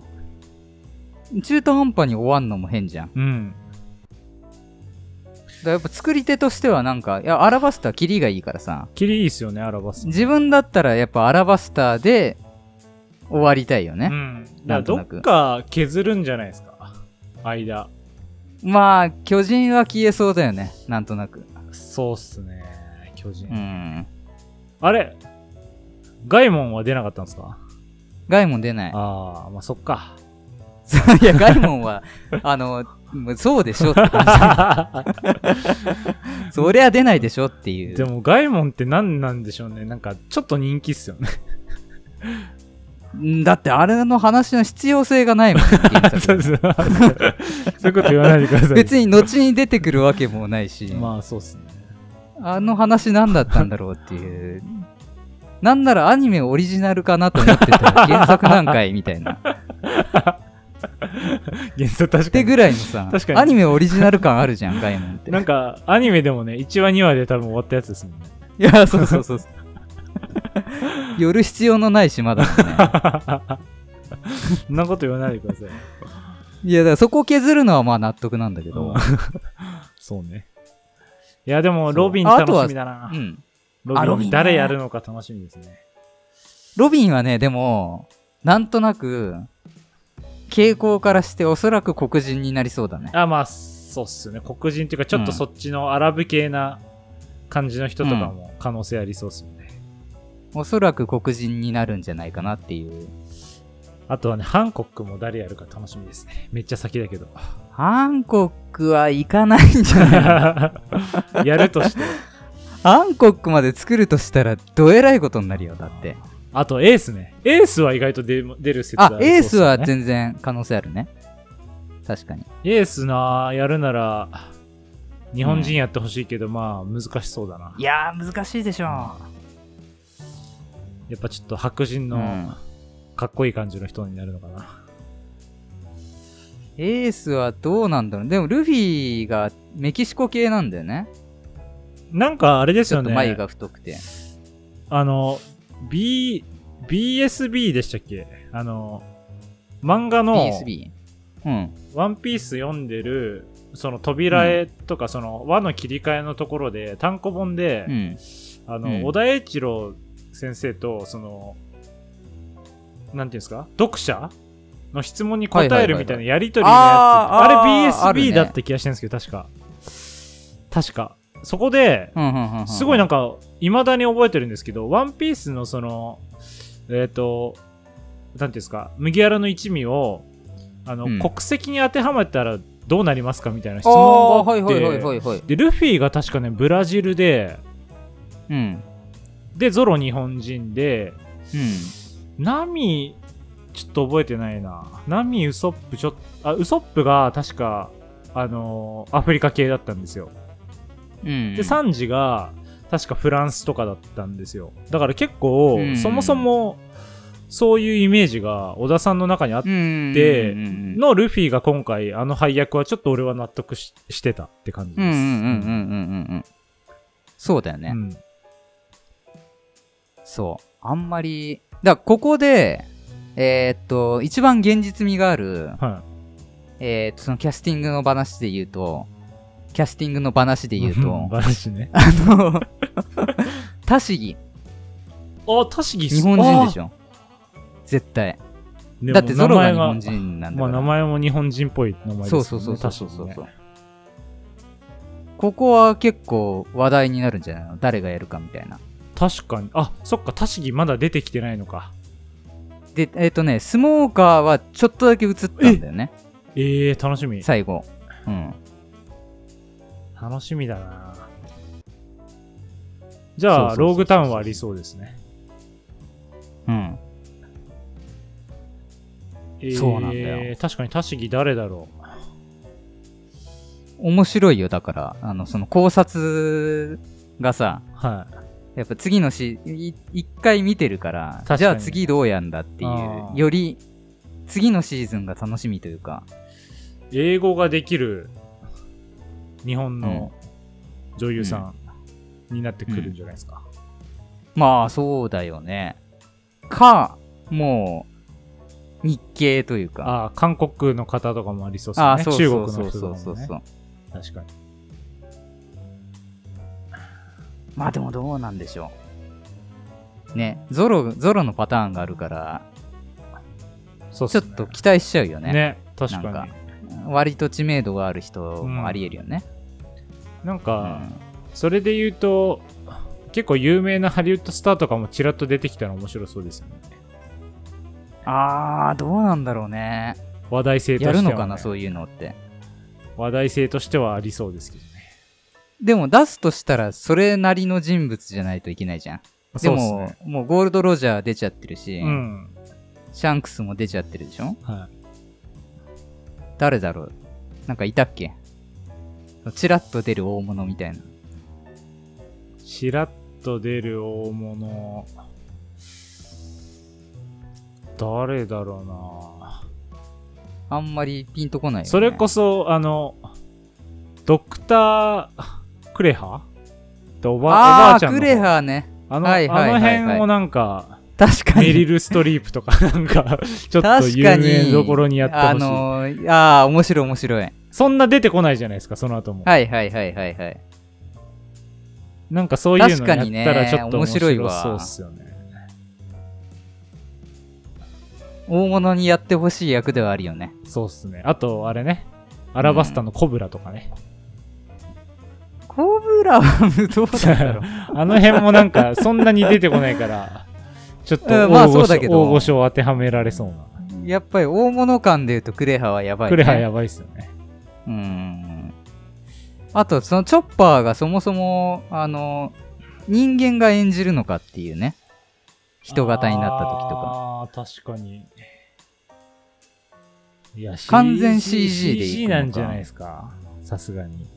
[SPEAKER 1] 中途半端に終わんのも変じゃんだか
[SPEAKER 2] うん。
[SPEAKER 1] らやっぱ作り手としてはなんかいやアラバスタはキリがいいからさ
[SPEAKER 2] キリいいっすよね、アラバスタ。
[SPEAKER 1] 自分だったらやっぱアラバスタで終わりたいよ
[SPEAKER 2] う
[SPEAKER 1] ね、
[SPEAKER 2] ん。だ
[SPEAKER 1] なんと
[SPEAKER 2] から
[SPEAKER 1] なく
[SPEAKER 2] どっか削るんじゃないですか。間。
[SPEAKER 1] まあ巨人は消えそうだよねなんとなく
[SPEAKER 2] そうっすね。巨人。
[SPEAKER 1] うん
[SPEAKER 2] あれガイモンは出なかったんですか
[SPEAKER 1] ガイモン出ない
[SPEAKER 2] ああ、まあそっ
[SPEAKER 1] <laughs>
[SPEAKER 2] か。
[SPEAKER 1] いやガイモンは <laughs> あのもうそうでし
[SPEAKER 2] <laughs>
[SPEAKER 1] ょって感じそりゃ出ないでしょっていう
[SPEAKER 2] でもガイモンって何なんでしょうね。なんかちょっと人気っすよね。 <laughs>
[SPEAKER 1] んだってあれの話の必要性がないもん
[SPEAKER 2] <laughs> そうそうそういうこと言わないでください。
[SPEAKER 1] 別に後に出てくるわけもないし、
[SPEAKER 2] まあそうっすね。
[SPEAKER 1] あの話何だったんだろうっていうなんならアニメオリジナルかなと思ってたら原作なんかいみたい
[SPEAKER 2] <laughs>
[SPEAKER 1] なっ
[SPEAKER 2] 原作確か
[SPEAKER 1] て
[SPEAKER 2] に。
[SPEAKER 1] ぐらいのさ
[SPEAKER 2] 確かに
[SPEAKER 1] アニメオリジナル感あるじゃんガイモンって
[SPEAKER 2] なんか、アニメでもね、1話2話で多分終わったやつですもんね。
[SPEAKER 1] いやそうそうそうそう寄る必要のない島だもんね
[SPEAKER 2] <laughs> そんなこと言わないでください。
[SPEAKER 1] いやだからそこ削るのはまあ納得なんだけど、
[SPEAKER 2] そうね。いや、でも、
[SPEAKER 1] そう
[SPEAKER 2] ロビン
[SPEAKER 1] あ
[SPEAKER 2] 楽
[SPEAKER 1] あとは
[SPEAKER 2] しみだな
[SPEAKER 1] う。ん、
[SPEAKER 2] ロビン
[SPEAKER 1] あロビンね
[SPEAKER 2] 誰やるのか楽しみですね。
[SPEAKER 1] ロビンはねでもなんとなく傾向からしておそらく黒人になりそうだね
[SPEAKER 2] あ、まあ、そうっすね。黒人っていうか、ちょっとそっちのアラブ系な感じの人とかも可能性ありそうっすよね。
[SPEAKER 1] おそらく黒人になるんじゃないかなっていう。
[SPEAKER 2] あとはね、ハンコックも誰やるか楽しみですね。めっちゃ先だ
[SPEAKER 1] <laughs>
[SPEAKER 2] けど。
[SPEAKER 1] ハンコックは行かないんじゃない
[SPEAKER 2] やるとして。
[SPEAKER 1] ハンコックまで作るとしたらどえらいことになるよ、だって。
[SPEAKER 2] あと、エースね。エースは意外と出出る説
[SPEAKER 1] あ
[SPEAKER 2] る、
[SPEAKER 1] エースは
[SPEAKER 2] 全
[SPEAKER 1] 全然可能性あるね。確かに。
[SPEAKER 2] エースな、やるなら、日本人やってほしいけど、まあ、難しそうだな。
[SPEAKER 1] いやー、難しいでしょ
[SPEAKER 2] やっぱちょっと白人
[SPEAKER 1] う
[SPEAKER 2] の
[SPEAKER 1] ん、
[SPEAKER 2] かっこいい感じの人になるのかな。
[SPEAKER 1] エースはどうなんだろう。でも、ルフィがメキシコ系なんだよね。
[SPEAKER 2] なんか、あれです
[SPEAKER 1] ちょ
[SPEAKER 2] よ
[SPEAKER 1] っと眉
[SPEAKER 2] ね。
[SPEAKER 1] が太くて。
[SPEAKER 2] あの、B、BSB でしたっけあの、漫画の、
[SPEAKER 1] PSB。うん。
[SPEAKER 2] ワンピース読んでる、その扉絵とか、その輪の切り替えのところで、単行本で、
[SPEAKER 1] うん。
[SPEAKER 2] あ
[SPEAKER 1] う
[SPEAKER 2] の、
[SPEAKER 1] ん
[SPEAKER 2] 小田栄一郎先生と、その、なんていうんですか、読者の質問に答えるみたいなやりとりのやつ。
[SPEAKER 1] はいはいはいはいあー
[SPEAKER 2] あ
[SPEAKER 1] あ
[SPEAKER 2] れ
[SPEAKER 1] る
[SPEAKER 2] BSB
[SPEAKER 1] ね
[SPEAKER 2] だった気がしてるんですけど、確か。確か。そこで、
[SPEAKER 1] うんうんうんうん。
[SPEAKER 2] すごいなんか、未だに覚えてるんですけど、ワンピースのその、えっ、と、なんていうんですか、麦わらの一味を、あの、
[SPEAKER 1] うん
[SPEAKER 2] 国籍に当てはめたらどうなりますかみたいな質
[SPEAKER 1] あ
[SPEAKER 2] 問
[SPEAKER 1] あー、
[SPEAKER 2] が
[SPEAKER 1] は
[SPEAKER 2] あっ
[SPEAKER 1] い
[SPEAKER 2] て、
[SPEAKER 1] はいはいはいはい。
[SPEAKER 2] で、ルフィが確かね、ブラジルで、
[SPEAKER 1] うん。うん。
[SPEAKER 2] で、ゾロ日本人で、ナミ、ちょっと覚えてないな。ナミ、ウソップ、ちょっと、あ、ウソップが確かあのーアフリカ系だったんですよ。
[SPEAKER 1] うん。
[SPEAKER 2] で、サンジが、確かフランスとかだったんですよ。だから結構、
[SPEAKER 1] うん
[SPEAKER 2] そもそも、そういうイメージが、小田さんの中にあっ
[SPEAKER 1] っ
[SPEAKER 2] で
[SPEAKER 1] うんうん
[SPEAKER 2] のルフィが今回、あの配役はちょっと俺は納得ししてたって感じ
[SPEAKER 1] うんう
[SPEAKER 2] です。
[SPEAKER 1] んうんうんうんうん。そうだよね。
[SPEAKER 2] うんうん
[SPEAKER 1] そう。あんまり、だからここで、えーっと、一番現実味がある、
[SPEAKER 2] は
[SPEAKER 1] えーっと、そのキャスティングの話で言うと、キャスティングの話で
[SPEAKER 2] い。
[SPEAKER 1] 言う
[SPEAKER 2] <laughs>
[SPEAKER 1] と、
[SPEAKER 2] バラ
[SPEAKER 1] <laughs>
[SPEAKER 2] シね。
[SPEAKER 1] あの、タシギ、
[SPEAKER 2] あ、確かに
[SPEAKER 1] 日本人でしょ。絶対。
[SPEAKER 2] ょ
[SPEAKER 1] だってゾロが日本人なんだ
[SPEAKER 2] ま
[SPEAKER 1] か
[SPEAKER 2] あ
[SPEAKER 1] ら。
[SPEAKER 2] 名前も日本人っぽい名前ですよ
[SPEAKER 1] そう
[SPEAKER 2] ね。
[SPEAKER 1] そうそうそうそうそう
[SPEAKER 2] 確かにね
[SPEAKER 1] ここは結構話題になるんじゃないの誰がやるかみたいな。
[SPEAKER 2] 確かに。あ、そっか、確かにまだ出てきてないのか。
[SPEAKER 1] で、えーっ、とね、スモーカーはちょっとだけ映ったんだよね。
[SPEAKER 2] ええー、楽しみ。
[SPEAKER 1] 最後。うん。
[SPEAKER 2] 楽しみだなじゃあ
[SPEAKER 1] そうそうそうそう
[SPEAKER 2] ローグタウンはありそうですね。
[SPEAKER 1] うん。そうなんだよ
[SPEAKER 2] えー確かに、タシギ誰だろう。
[SPEAKER 1] 面白いよだからあのその考察がさ
[SPEAKER 2] はい。
[SPEAKER 1] やっぱ次のしい一回見てるから
[SPEAKER 2] 確かに
[SPEAKER 1] じゃあ次どうやんだってい
[SPEAKER 2] あ
[SPEAKER 1] う
[SPEAKER 2] ー
[SPEAKER 1] より次のシーズンが楽しみというか
[SPEAKER 2] 英語ができる日本の女優さんになってくるんじゃないですか。
[SPEAKER 1] まあそうだよねかもう日系というか
[SPEAKER 2] ああ、韓国の方とかもありそうです
[SPEAKER 1] あ
[SPEAKER 2] よ
[SPEAKER 1] あ
[SPEAKER 2] ね。
[SPEAKER 1] そう
[SPEAKER 2] 中
[SPEAKER 1] そ
[SPEAKER 2] 国
[SPEAKER 1] うそ
[SPEAKER 2] の
[SPEAKER 1] う
[SPEAKER 2] 人
[SPEAKER 1] そ
[SPEAKER 2] と
[SPEAKER 1] う
[SPEAKER 2] か
[SPEAKER 1] そ
[SPEAKER 2] も
[SPEAKER 1] う
[SPEAKER 2] ね
[SPEAKER 1] そ。う
[SPEAKER 2] 確かに。
[SPEAKER 1] まあでもどうなんでしょうねゾロゾロのパターンがあるから
[SPEAKER 2] そう
[SPEAKER 1] ちょ
[SPEAKER 2] す
[SPEAKER 1] っと期待しちゃうよ
[SPEAKER 2] ね
[SPEAKER 1] ね
[SPEAKER 2] 確かに。
[SPEAKER 1] な
[SPEAKER 2] なん
[SPEAKER 1] か
[SPEAKER 2] んか、
[SPEAKER 1] 割と知名度がある人もありえるよね、うん
[SPEAKER 2] それで言うと、結構有名なハリウッドスターとかもちらっと出てきたら面白そうですよね。
[SPEAKER 1] あー、どうなんだろうね。
[SPEAKER 2] 話題性として
[SPEAKER 1] や
[SPEAKER 2] は、
[SPEAKER 1] る
[SPEAKER 2] ね。
[SPEAKER 1] のかな、そういうのって。
[SPEAKER 2] 話題性としてはありそうですけどね。
[SPEAKER 1] でも出すとしたら、それなりの人物じゃないといけないじゃん。で
[SPEAKER 2] そうっす
[SPEAKER 1] も、
[SPEAKER 2] ね。
[SPEAKER 1] もうゴールド・ロジャー出ちゃってるし、
[SPEAKER 2] うん。
[SPEAKER 1] シャンクスも出ちゃってるでしょ
[SPEAKER 2] は
[SPEAKER 1] 誰だろうなんかいたっけチラッと出る大物みたいな。
[SPEAKER 2] い。ちらっと出る大物。誰だろうな
[SPEAKER 1] あんまりピンとこないよ、ね。
[SPEAKER 2] それこそ、あの、ドクター・クレハとおばおば
[SPEAKER 1] あ
[SPEAKER 2] あち
[SPEAKER 1] ー
[SPEAKER 2] ゃんの
[SPEAKER 1] ク
[SPEAKER 2] 方
[SPEAKER 1] レハーね。
[SPEAKER 2] あの、
[SPEAKER 1] はいはいはいはい
[SPEAKER 2] あの辺をなんか、
[SPEAKER 1] 確かに。
[SPEAKER 2] メリル・ストリープとか、 <laughs> なんか、ちょっと
[SPEAKER 1] 確
[SPEAKER 2] 有
[SPEAKER 1] かに。
[SPEAKER 2] 名どころにやってほしい。
[SPEAKER 1] あのー、あー、面白い面白い。
[SPEAKER 2] そんな出てこないじゃないですか、その後も。
[SPEAKER 1] はいはいはいはいはい。
[SPEAKER 2] なんかそういう
[SPEAKER 1] 確
[SPEAKER 2] の
[SPEAKER 1] か
[SPEAKER 2] や
[SPEAKER 1] にね
[SPEAKER 2] ったらちょっと面白い
[SPEAKER 1] 面白いわ
[SPEAKER 2] そうっすよね。
[SPEAKER 1] 大物にやってほしい役ではあるよね。
[SPEAKER 2] そうっすね。あと、あれね、アラバスタのコブラとかね。
[SPEAKER 1] コブラはどうなんだろう。
[SPEAKER 2] <laughs> あの辺もなんか、そんなに出てこないから、ちょっと大
[SPEAKER 1] うんまあそ
[SPEAKER 2] 御
[SPEAKER 1] う
[SPEAKER 2] 所、
[SPEAKER 1] だけど
[SPEAKER 2] 大御所を当てはめられそうな。
[SPEAKER 1] やっぱり大物感で言うとクレハはやばい、ね。
[SPEAKER 2] クレハやばいっすよね。
[SPEAKER 1] うん。あと、そのチョッパーがそもそも、あの、人間が演じるのかっていうね。人型になった時とか。
[SPEAKER 2] ああー、確かに。いや、
[SPEAKER 1] 完全 CG でいくのか
[SPEAKER 2] CG なんじゃないですか。さすがに。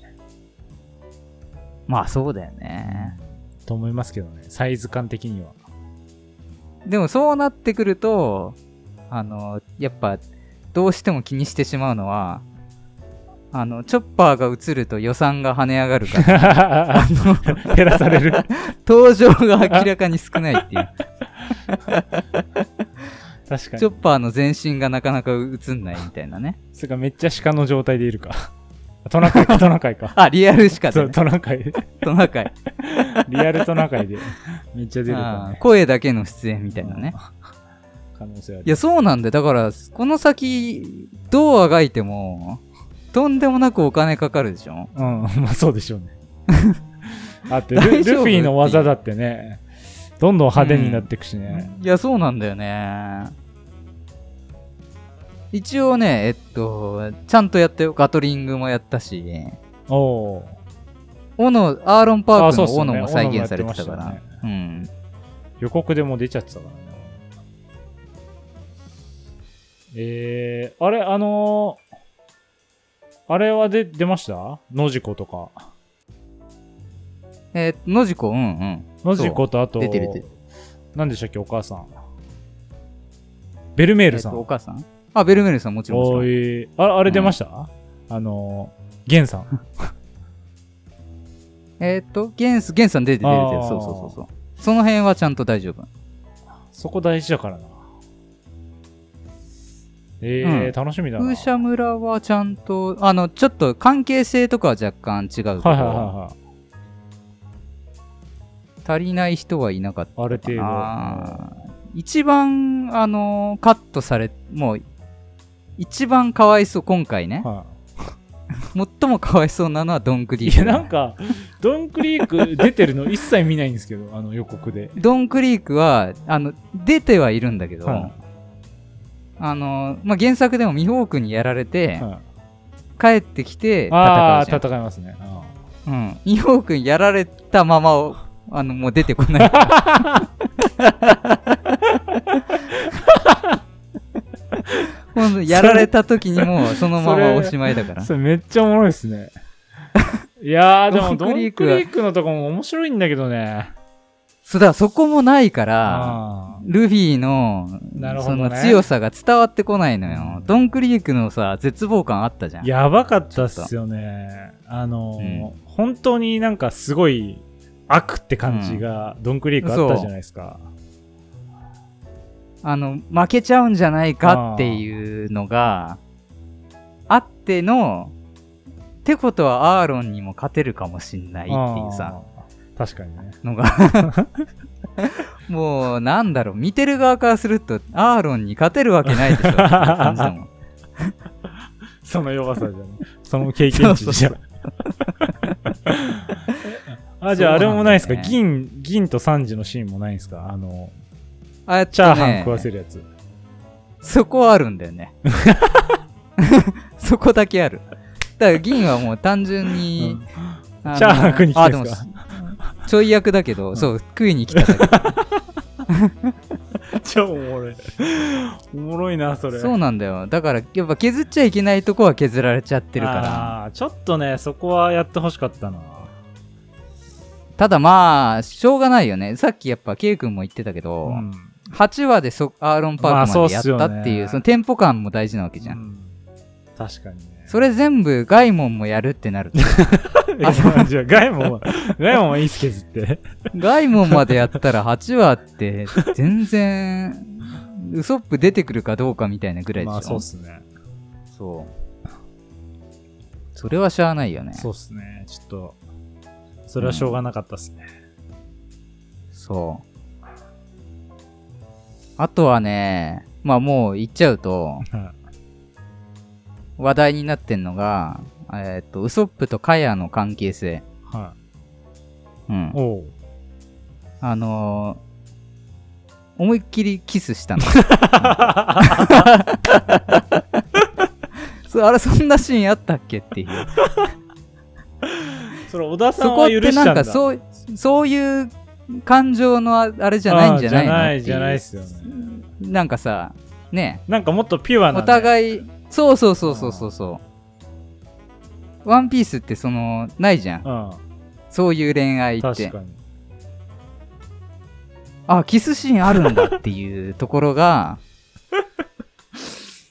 [SPEAKER 1] まあそうだよね。
[SPEAKER 2] と思いますけどね。サイズ感的には。
[SPEAKER 1] でもそうなってくると、あの、やっぱ、どうしても気にしてしまうのは、あの、チョッパーが映ると予算が跳ね上がるから
[SPEAKER 2] <laughs> 減らされる。
[SPEAKER 1] 登場が明らかに少ないっていう。チ
[SPEAKER 2] 確か
[SPEAKER 1] ョッ
[SPEAKER 2] に。
[SPEAKER 1] パーの全身がなかなか映んないみたいなね。
[SPEAKER 2] それかめっちゃ鹿の状態でいるか。トナカイか、トナカイか。
[SPEAKER 1] あ、リアルしか
[SPEAKER 2] そ
[SPEAKER 1] 出
[SPEAKER 2] う、
[SPEAKER 1] ない。
[SPEAKER 2] トナカイ。
[SPEAKER 1] トナカイ。
[SPEAKER 2] <laughs> リアルトナカイで。めっちゃ出るか
[SPEAKER 1] あー
[SPEAKER 2] ね。
[SPEAKER 1] 声だけの出演みたいなね。
[SPEAKER 2] 可能性あ
[SPEAKER 1] い
[SPEAKER 2] る。
[SPEAKER 1] や、そうなんで、だから、この先、どうあがいても、とんでもなくお金かかるでしょ
[SPEAKER 2] うん、まあそうで
[SPEAKER 1] <laughs>
[SPEAKER 2] しょうね。あってル、ル
[SPEAKER 1] 大丈夫
[SPEAKER 2] フィの技だってね、どんどん派手になっていくしね。
[SPEAKER 1] いや、そうなんだよね。一応ね、えっと、ちゃんとやったよ。ガトリングもやったし、
[SPEAKER 2] おお
[SPEAKER 1] 斧、アーロン・パーク
[SPEAKER 2] あそうっす
[SPEAKER 1] の
[SPEAKER 2] よね
[SPEAKER 1] 斧も再現されてたか
[SPEAKER 2] 斧も
[SPEAKER 1] ら。
[SPEAKER 2] やってまし
[SPEAKER 1] うん。
[SPEAKER 2] ー。予告でもう出ちゃってたからね。えー、あれ、あのーあれはで出ました野次子とか。
[SPEAKER 1] えー、のじこ、うんうん。
[SPEAKER 2] 野次子とあと、
[SPEAKER 1] 出てる出てる
[SPEAKER 2] 何でしたっけ、お母さん。ベルメールさん。
[SPEAKER 1] えっとお母さんあ、ベルメルさんもちろんもちろ
[SPEAKER 2] お
[SPEAKER 1] ん。
[SPEAKER 2] いああれ出ました、あの、ゲンさん。
[SPEAKER 1] えーっと、ゲンス、ゲンさん出てる出てる出てる
[SPEAKER 2] あー
[SPEAKER 1] そうそうそうそう。その辺はちゃんと大丈夫。
[SPEAKER 2] そこ大事だからな。えー
[SPEAKER 1] うん
[SPEAKER 2] 楽しみだな。
[SPEAKER 1] 風車村はちゃんと、あの、ちょっと関係性とかは若干違うけど、
[SPEAKER 2] はいはいはい
[SPEAKER 1] 足りない人はいなかっ
[SPEAKER 2] はい。ある
[SPEAKER 1] た
[SPEAKER 2] 程度。
[SPEAKER 1] な。一番、あの、カットされ、もう、一番かわいそう、今回ね。
[SPEAKER 2] は
[SPEAKER 1] 最もかわいそうなのはドンク
[SPEAKER 2] い、
[SPEAKER 1] リ
[SPEAKER 2] い
[SPEAKER 1] ー
[SPEAKER 2] や
[SPEAKER 1] ク。
[SPEAKER 2] なんかドンクリーク出てるの一切見ないんですけどあの予告で、
[SPEAKER 1] ドンクリークは、あの、出てはいるんだけど、
[SPEAKER 2] は
[SPEAKER 1] あの、まあ、原作でもミホークにやられて、
[SPEAKER 2] いはい、
[SPEAKER 1] 帰ってきて戦うじ
[SPEAKER 2] ああ
[SPEAKER 1] ゃん
[SPEAKER 2] 戦いますね、うん
[SPEAKER 1] うん、イオー君やられたままをあのもう出てこ
[SPEAKER 2] <laughs>
[SPEAKER 1] ないほんとやられた時にもうそのままおしまいだから
[SPEAKER 2] それめっちゃおもろいです
[SPEAKER 1] <laughs>
[SPEAKER 2] ねいやーでもド
[SPEAKER 1] ドン
[SPEAKER 2] ン
[SPEAKER 1] ク
[SPEAKER 2] クリ
[SPEAKER 1] リークは
[SPEAKER 2] ークのとこも面白いんだけどね
[SPEAKER 1] そうだそこもないから
[SPEAKER 2] あ
[SPEAKER 1] ルフィの
[SPEAKER 2] なるほ
[SPEAKER 1] そ
[SPEAKER 2] どね
[SPEAKER 1] の強さが伝わってこないのよドンクリークのさ絶望感あったじゃん
[SPEAKER 2] ーやばかったっすよねあのー本当になんかすごい悪って感じがドンクリークあったじゃないですか、
[SPEAKER 1] あの負けちゃうんじゃないかっていうのがあってのってことはアーロンにも勝てるかもしんないっていうさ
[SPEAKER 2] あー確かにね
[SPEAKER 1] のが <laughs> もうなんだろう見てる側からするとアーロンに勝てるわけないでしょって感じだも
[SPEAKER 2] <laughs>
[SPEAKER 1] ん
[SPEAKER 2] <laughs> その弱さじゃない。その経験値じゃ。
[SPEAKER 1] そう
[SPEAKER 2] <laughs> あ、じゃああれもないですか、
[SPEAKER 1] そうなんだ
[SPEAKER 2] 銀、銀とサンジのシーンもないんですかあの、
[SPEAKER 1] あ
[SPEAKER 2] チャーハン食わせ
[SPEAKER 1] る
[SPEAKER 2] るやつ。
[SPEAKER 1] そこはあるんだよね <laughs> そこだけあるだから銀はもう単純に、あの
[SPEAKER 2] チャーハン食いに来たんですか
[SPEAKER 1] あでもちょい役だけど、そう食いに来ただけ
[SPEAKER 2] <laughs> 超おもろい。おもろいな、それ。
[SPEAKER 1] そうなんだよだからやっぱ削っちゃいけないとこは削られちゃってるから
[SPEAKER 2] あーちょっとね、そこはやってほしかったな。
[SPEAKER 1] ただまあしょうがないよねさっきやっぱ K 君も言ってたけど、
[SPEAKER 2] うん
[SPEAKER 1] 8話でそアーロン・パークまでやったっていう,、
[SPEAKER 2] まあそうっすよね
[SPEAKER 1] そのテンポ感も大事なわけじゃん、
[SPEAKER 2] うん確かにね。
[SPEAKER 1] それ全部ガイモンもやるってなる
[SPEAKER 2] <laughs>
[SPEAKER 1] と
[SPEAKER 2] あ、そうじゃあガイモンは、ガイモンはいいっすけずって。
[SPEAKER 1] ガイモンまでやったら8話って全然ウソップ出てくるかどうかみたいなぐらいでしょ、
[SPEAKER 2] まあ、そうっすね。
[SPEAKER 1] そうそれはしゃあないよね
[SPEAKER 2] そうっすね。ちょっと、それはしょうがなかったっすね。
[SPEAKER 1] そうあとはねまあもう言っちゃうと
[SPEAKER 2] はい
[SPEAKER 1] 話題になってんのがえーっとウソップとカヤの関係性
[SPEAKER 2] は
[SPEAKER 1] うん
[SPEAKER 2] い。おう。
[SPEAKER 1] あのー思いっきりキスしたの。
[SPEAKER 2] <laughs>
[SPEAKER 1] そうあれ、そんなシーンあったっけって
[SPEAKER 2] <laughs>
[SPEAKER 1] いう。
[SPEAKER 2] それ小田さ
[SPEAKER 1] そ
[SPEAKER 2] ん
[SPEAKER 1] こっ
[SPEAKER 2] は許
[SPEAKER 1] て
[SPEAKER 2] し
[SPEAKER 1] な
[SPEAKER 2] た
[SPEAKER 1] ん
[SPEAKER 2] んだ
[SPEAKER 1] かそう、そういう感情のああれじゃないんじゃないの
[SPEAKER 2] あーじゃな
[SPEAKER 1] っ
[SPEAKER 2] いじゃないっすよね
[SPEAKER 1] ていうなんかさ、ね、
[SPEAKER 2] なんかもっとピュアなね、
[SPEAKER 1] お互い、そうそうそうそうそうそう。ワンピースってその、ないじゃん。
[SPEAKER 2] う
[SPEAKER 1] そういう恋愛
[SPEAKER 2] ん
[SPEAKER 1] っ
[SPEAKER 2] 確
[SPEAKER 1] て。
[SPEAKER 2] かに
[SPEAKER 1] あ、キスシーンあるんだっていうところ
[SPEAKER 2] <laughs>
[SPEAKER 1] が、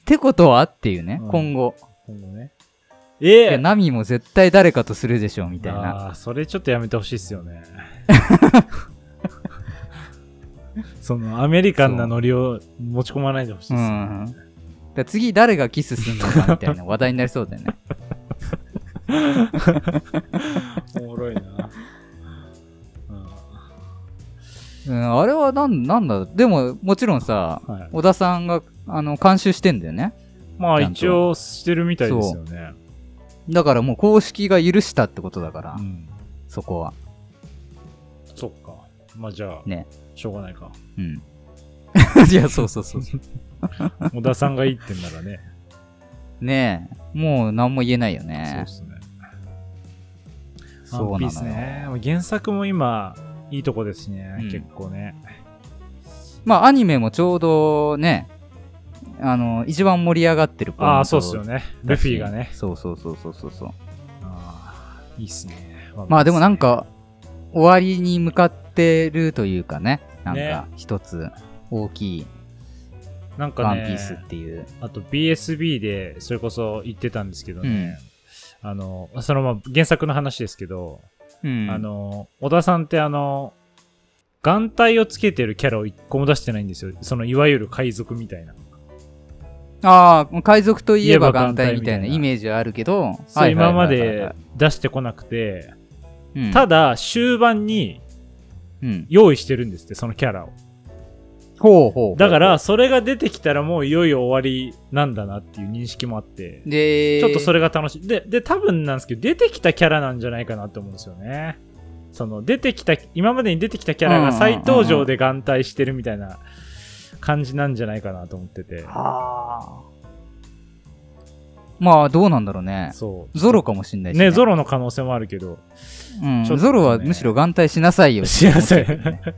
[SPEAKER 1] ってことはっていうね、
[SPEAKER 2] うん
[SPEAKER 1] 今後。
[SPEAKER 2] 今度ねえ
[SPEAKER 1] いや、
[SPEAKER 2] え
[SPEAKER 1] ナミも絶対誰かとするでしょ、みたいな。
[SPEAKER 2] あーそれちょっとやめてほしいっす
[SPEAKER 1] <laughs>
[SPEAKER 2] よねそのアメリカンなノリを持ち込まないでほしいっす
[SPEAKER 1] う
[SPEAKER 2] ね、
[SPEAKER 1] ん。だから次誰がキスするのかみたいな話題になりそうだよ
[SPEAKER 2] <laughs>
[SPEAKER 1] ね。
[SPEAKER 2] おもろいな、
[SPEAKER 1] うん、あれはなんなんだでも、もちろんさ、
[SPEAKER 2] うんはい、
[SPEAKER 1] 小田さんがあの監修してんだよね。
[SPEAKER 2] まあ
[SPEAKER 1] ちゃんと
[SPEAKER 2] 一応してるみたいですよね
[SPEAKER 1] だからもう公式が許したってことだから
[SPEAKER 2] う、ん
[SPEAKER 1] そこは。
[SPEAKER 2] そっかまあじゃあ、
[SPEAKER 1] ね
[SPEAKER 2] しょうがないか
[SPEAKER 1] うん。 <laughs> いや、そうそうそう
[SPEAKER 2] <laughs>
[SPEAKER 1] そ
[SPEAKER 2] 小田さんがいいってんならね
[SPEAKER 1] う。ねえ、もう何も言えないよ
[SPEAKER 2] そう
[SPEAKER 1] <laughs> ね
[SPEAKER 2] っ。すね
[SPEAKER 1] そう
[SPEAKER 2] ワンピ
[SPEAKER 1] な
[SPEAKER 2] ース
[SPEAKER 1] のよ。
[SPEAKER 2] ね。原作も今、いいとこですね、
[SPEAKER 1] うん
[SPEAKER 2] 結構ね。
[SPEAKER 1] まあ、アニメもちょうどね、あの、一番盛り上がってるポイント
[SPEAKER 2] ああ、そうっすよね。ルフィがね。
[SPEAKER 1] そうそうそうそうそうそう。
[SPEAKER 2] あーいいっすね。
[SPEAKER 1] まあでもなん、か、終わりに向かってるというかね、なん
[SPEAKER 2] ね
[SPEAKER 1] か一つ大きい
[SPEAKER 2] なんか
[SPEAKER 1] ワ
[SPEAKER 2] ね、
[SPEAKER 1] ンピースっていう。
[SPEAKER 2] あと BSB でそれこそ言ってたんですけど
[SPEAKER 1] う
[SPEAKER 2] ね、
[SPEAKER 1] ん。
[SPEAKER 2] あの、そのまま原作の話ですけど、
[SPEAKER 1] うん。
[SPEAKER 2] あの、小田さんってあの、眼帯をつけてるキャラを一個も出してないんですよ。そのいわゆる海賊みたいな。
[SPEAKER 1] ああ、海賊といえば眼
[SPEAKER 2] 言えば
[SPEAKER 1] 帯
[SPEAKER 2] 眼
[SPEAKER 1] み
[SPEAKER 2] 帯みた
[SPEAKER 1] たい
[SPEAKER 2] いな
[SPEAKER 1] なイメージはあるけど、
[SPEAKER 2] そう、
[SPEAKER 1] はいは
[SPEAKER 2] 今
[SPEAKER 1] いは
[SPEAKER 2] ま
[SPEAKER 1] いはいはい
[SPEAKER 2] で、出してこなくて、
[SPEAKER 1] うん
[SPEAKER 2] ただ終盤に
[SPEAKER 1] うん、
[SPEAKER 2] 用意してるんですって、そのキャラを。
[SPEAKER 1] ほうほう。
[SPEAKER 2] だから、それが出てきたらもういよいよ終わりなんだなっていう認識もあって、
[SPEAKER 1] で、
[SPEAKER 2] ちょっとそ
[SPEAKER 1] れ、
[SPEAKER 2] れが楽しい。で、で、多分なんですけど、出てきたキャラなんじゃないかなと思うんですよね。その、出てきた、今までに出てきたキャ
[SPEAKER 1] う
[SPEAKER 2] ラ
[SPEAKER 1] んうん
[SPEAKER 2] が
[SPEAKER 1] うんうん
[SPEAKER 2] 再登場で眼帯してるみたいな感じなんじゃないかなと思ってて。
[SPEAKER 1] あまあ、どうなんだろうね。
[SPEAKER 2] そう。
[SPEAKER 1] ゾロかもしんないし
[SPEAKER 2] ね、ゾロの可能性もあるけど、
[SPEAKER 1] うん
[SPEAKER 2] ちょっとね
[SPEAKER 1] ゾロはむしろ眼帯しなさいよ。
[SPEAKER 2] しなさい
[SPEAKER 1] って思っちゃうけど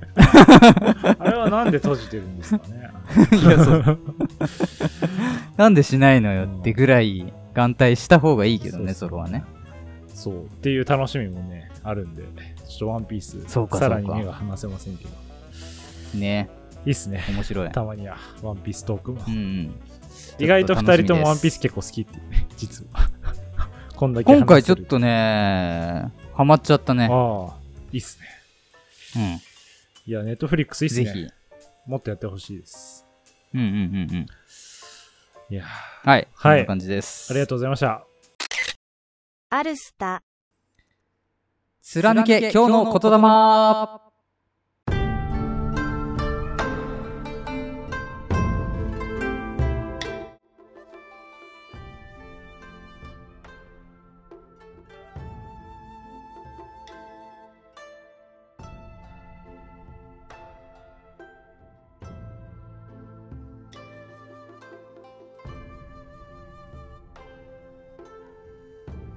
[SPEAKER 1] ね
[SPEAKER 2] あれはなんで閉じてるんですかね。
[SPEAKER 1] <laughs> いや
[SPEAKER 2] <laughs>
[SPEAKER 1] そうなんでしないのよってぐらい、眼帯した方がいいけどね、
[SPEAKER 2] そうそう
[SPEAKER 1] ゾロはね。
[SPEAKER 2] そう。っていう楽しみもね、あるんで、ちょっとワンピース、
[SPEAKER 1] そうか
[SPEAKER 2] さらに
[SPEAKER 1] そうか
[SPEAKER 2] 目が離せませんけど。
[SPEAKER 1] ね、
[SPEAKER 2] いいっすね。
[SPEAKER 1] 面白い。
[SPEAKER 2] たまには、ワンピーストークも。
[SPEAKER 1] うんうん。
[SPEAKER 2] 意外と
[SPEAKER 1] ちょっ楽
[SPEAKER 2] 2
[SPEAKER 1] しみです
[SPEAKER 2] 人ともワンピース結構好きっていうね、実は。 <laughs> こんだけ
[SPEAKER 1] 今回
[SPEAKER 2] 話
[SPEAKER 1] ち
[SPEAKER 2] せ
[SPEAKER 1] ょっ
[SPEAKER 2] る
[SPEAKER 1] とね、ハマっちゃったね。
[SPEAKER 2] ああ、いいっすね。
[SPEAKER 1] うん。
[SPEAKER 2] いや、ネットフリックスいいっす
[SPEAKER 1] ぜ
[SPEAKER 2] ね。
[SPEAKER 1] ひ。
[SPEAKER 2] もっとやってほしいです。
[SPEAKER 1] うんうんうんうん。
[SPEAKER 2] いやー、
[SPEAKER 1] はい。こ
[SPEAKER 2] はい
[SPEAKER 1] んな感じです。
[SPEAKER 2] ありがとうございました。
[SPEAKER 3] アルスタ、
[SPEAKER 1] 貫け今日の言霊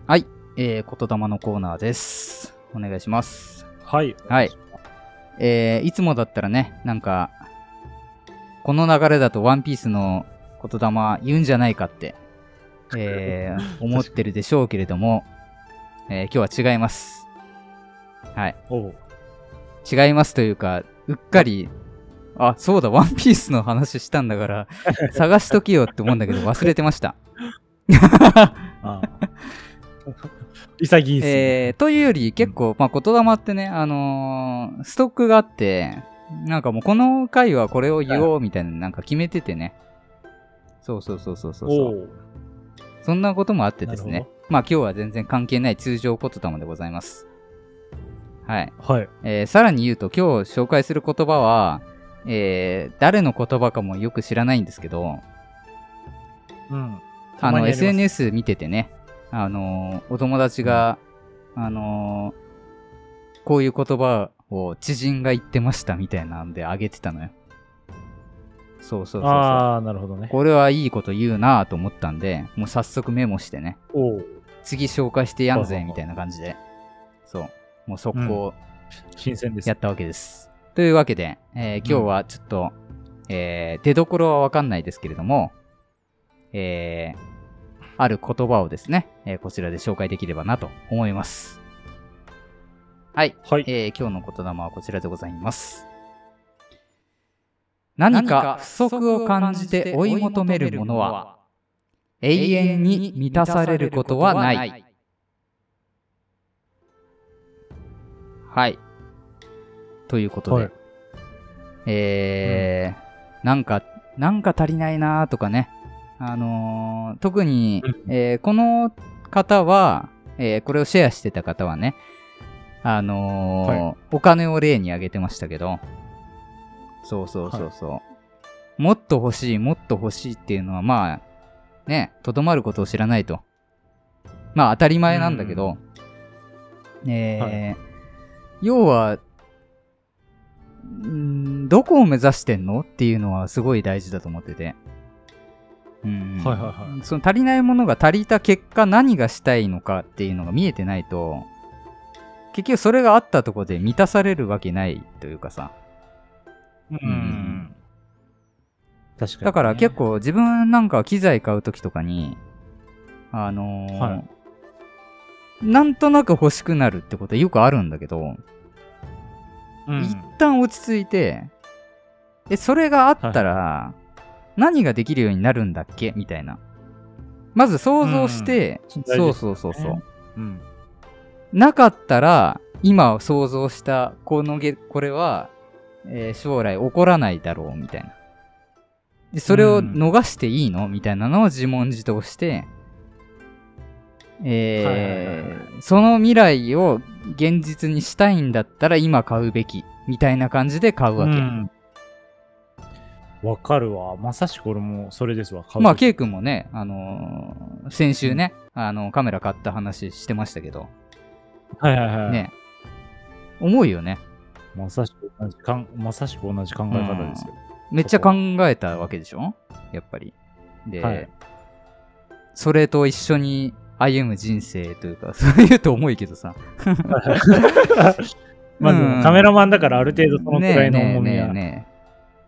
[SPEAKER 1] はい、えー、言霊のコーナーです。お願いします。
[SPEAKER 2] はい。
[SPEAKER 1] はい。えー、いつもだったらね、なんか、この流れだとワンピースの言霊言うんじゃないかって、えー、思ってるでしょうけれども、えー、今日は違います。はい。
[SPEAKER 2] おう
[SPEAKER 1] 違いますというか、うっかり、あ、そうだ、ワンピースの話したんだから、探しときよって思うんだけど、忘れてました。
[SPEAKER 2] ああ。 <laughs> 潔いっすね。
[SPEAKER 1] えーというより結構、まあ、言霊ってね、あのーストックがあって、なんかもうこの回はこれを言おうみたいな、なんか決めててね。そうそうそうそうそうそ
[SPEAKER 2] お
[SPEAKER 1] う。
[SPEAKER 2] う。
[SPEAKER 1] そんなこともあってです
[SPEAKER 2] なる
[SPEAKER 1] ね
[SPEAKER 2] ほ。
[SPEAKER 1] まあ今日は全然関係ない通常言霊でございます。はい。
[SPEAKER 2] はい。
[SPEAKER 1] えーさらに言うと今日紹介する言葉は、えー誰の言葉かもよく知らないんですけど、
[SPEAKER 2] うん。た
[SPEAKER 1] あ
[SPEAKER 2] ま
[SPEAKER 1] の、
[SPEAKER 2] にやります
[SPEAKER 1] SNS 見ててね、あのー、お友達が、あのー、こういう言葉を知人が言ってましたみたいなんであげてたのよ。そうそうそうそう。
[SPEAKER 2] ああ、なるほどね。
[SPEAKER 1] これはいいこと言うなぁと思ったんで、もう早速メモしてね、
[SPEAKER 2] おう。
[SPEAKER 1] 次紹介してやん
[SPEAKER 2] ほうほう
[SPEAKER 1] ぜ
[SPEAKER 2] ほう
[SPEAKER 1] みたいな感じで、そう、もう速攻
[SPEAKER 2] 新鮮です
[SPEAKER 1] やっ。たわけです。というわけで、えー今日はちょっと、えー出どころはわかんないですけれども、えーある言葉をですね、えーこちらで紹介できればなと思います。はい、
[SPEAKER 2] はい。
[SPEAKER 1] えー今日の言霊はこちらでございます。何か不足を感じて追い求めるものは、永遠に満たされることはない。はい。ということで、
[SPEAKER 2] はい
[SPEAKER 1] えーなんか、なんか足りないなーとかね、あのー特に、えーこの方は、えーこれをシェアしてた方はね、あのー
[SPEAKER 2] は
[SPEAKER 1] お金を例に挙げてましたけど、そうそうそうそう、もっと欲しい、もっと欲しいっていうのは、まあ、ね、とどまることを知らないと。まあ、当たり前なんだけど、えー要は、んーどこを目指してんのっていうのはすごい大事だと思ってて。うん
[SPEAKER 2] はいはいはい
[SPEAKER 1] その足りないものが足りた結果何がしたいのかっていうのが見えてないと結局それがあったとこで満たされるわけないというかさ、
[SPEAKER 2] う
[SPEAKER 1] うん
[SPEAKER 2] ん。確かに、
[SPEAKER 1] だから結、構自分なんか機材買うときとかに、あのー
[SPEAKER 2] はい
[SPEAKER 1] なんとなく欲しくなるってことはよくあるんだけど、
[SPEAKER 2] うん
[SPEAKER 1] 一旦落ち着いて、え、それがあったら、何ができるようになるんだっけみたいな。まず想像して、
[SPEAKER 2] うん大事
[SPEAKER 1] そう
[SPEAKER 2] です
[SPEAKER 1] そうそうそう。
[SPEAKER 2] うん
[SPEAKER 1] なかったら、今想像した、このげ、これは、えー将来起こらないだろう、みたいな。で、それを逃していいのみたいなのを自問自答して、
[SPEAKER 2] はいはい
[SPEAKER 1] えーその未来を現実にしたいんだったら今買うべき、みたいな感じで買うわけ。
[SPEAKER 2] うんわかるわ。まさしく俺もそれですわ。買う
[SPEAKER 1] まあ、
[SPEAKER 2] 時
[SPEAKER 1] K 君もね、あのー先週ね、あの、カメラ買った話してましたけど、
[SPEAKER 2] はいはいはい。
[SPEAKER 1] ね、思うよね。
[SPEAKER 2] まさしく同じかん、まさしく同じ考え方ですよ。
[SPEAKER 1] めっちゃ考えたわけでしょやっぱり。で、
[SPEAKER 2] はい
[SPEAKER 1] それと一緒に歩む人生というか、 <laughs> そういうと重いけどさ。
[SPEAKER 2] <laughs> まあで
[SPEAKER 1] うん
[SPEAKER 2] もカメラマンだからある程度そのくらいの重み
[SPEAKER 1] ねえねえね
[SPEAKER 2] は。
[SPEAKER 1] えねえ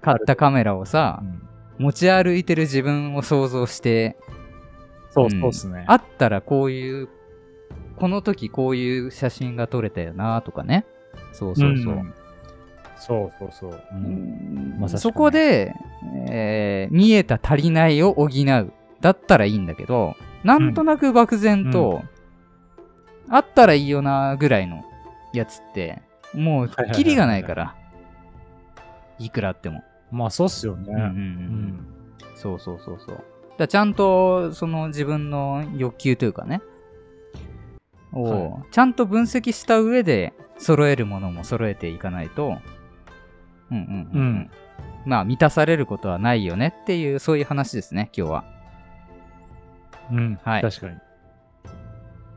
[SPEAKER 1] 買ったカメラをさ
[SPEAKER 2] う、ん
[SPEAKER 1] 持ち歩いてる自分を想像して、
[SPEAKER 2] そうそうですね。
[SPEAKER 1] あったらこういう、この時こういう写真が撮れたよなとかね。そうそうそう。
[SPEAKER 2] んそうそうそう。うん
[SPEAKER 1] うん
[SPEAKER 2] まさしく
[SPEAKER 1] そ
[SPEAKER 2] ね
[SPEAKER 1] こで、えー見えた足りないを補うだったらいいんだけどなんとなく漠然と、あったらいいよなぐらいのやつってもう
[SPEAKER 2] はいはいはい
[SPEAKER 1] キリがないからいくらあっても、
[SPEAKER 2] まあそうっすよね。
[SPEAKER 1] うんうんうん
[SPEAKER 2] うん
[SPEAKER 1] そうそうそうそうだからちゃんとその自分の欲求というかねを、
[SPEAKER 2] は
[SPEAKER 1] ちゃんと分析した上で揃えるものも揃えていかないとうんうんうん、
[SPEAKER 2] うん
[SPEAKER 1] まあ満たされることはないよねっていうそういう話ですね今日は
[SPEAKER 2] うん。
[SPEAKER 1] はい
[SPEAKER 2] 確かに。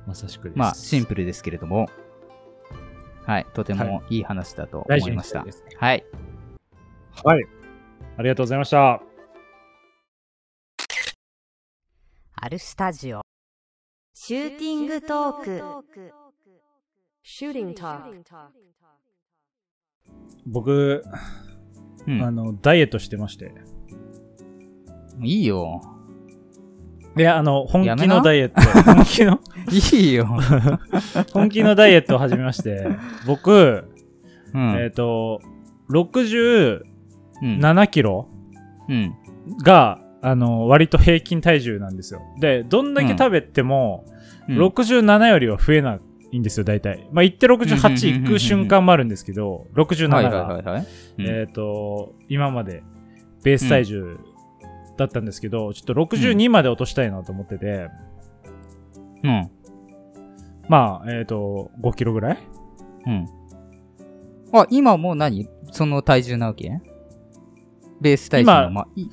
[SPEAKER 2] まさしくです。
[SPEAKER 1] まあシンプルですけれどもはいとてもいい話だと思
[SPEAKER 2] 大事
[SPEAKER 1] い
[SPEAKER 2] に
[SPEAKER 1] ま
[SPEAKER 2] し
[SPEAKER 1] した、
[SPEAKER 2] た
[SPEAKER 1] は
[SPEAKER 2] い
[SPEAKER 1] い
[SPEAKER 2] ですねはい。ありがとうございました。
[SPEAKER 4] アルスタジオ
[SPEAKER 3] シューティングトーク。
[SPEAKER 4] Shooting Talk
[SPEAKER 2] 僕、
[SPEAKER 1] うん
[SPEAKER 2] あの、ダイエットしてまして。
[SPEAKER 1] いいよ
[SPEAKER 2] いや、あの、本
[SPEAKER 1] やめ
[SPEAKER 2] 気
[SPEAKER 1] な
[SPEAKER 2] のダイエット。
[SPEAKER 1] <laughs>
[SPEAKER 2] 本気の、
[SPEAKER 1] いいよ、
[SPEAKER 2] 本気のダイエットを始めまして。僕、
[SPEAKER 1] うん
[SPEAKER 2] えっ、と、67
[SPEAKER 1] うん
[SPEAKER 2] キロ
[SPEAKER 1] うん
[SPEAKER 2] が、あの、割と平均体重なんですよ。で、どんだけ食べても、
[SPEAKER 1] うん
[SPEAKER 2] 67よりは増えないんですよ、大体。まあ、行って68行く瞬間もあるんですけど、67が。
[SPEAKER 1] はいはいはいはいうん
[SPEAKER 2] えっ、と、今までベース体重だったんですけど、ちょっと62まで落としたいなと思ってて、
[SPEAKER 1] うん
[SPEAKER 2] まあ、えっ、と、5キロぐらい
[SPEAKER 1] うん。あ、今もう何その体重なわけベース体重の、
[SPEAKER 2] 今
[SPEAKER 1] ま、い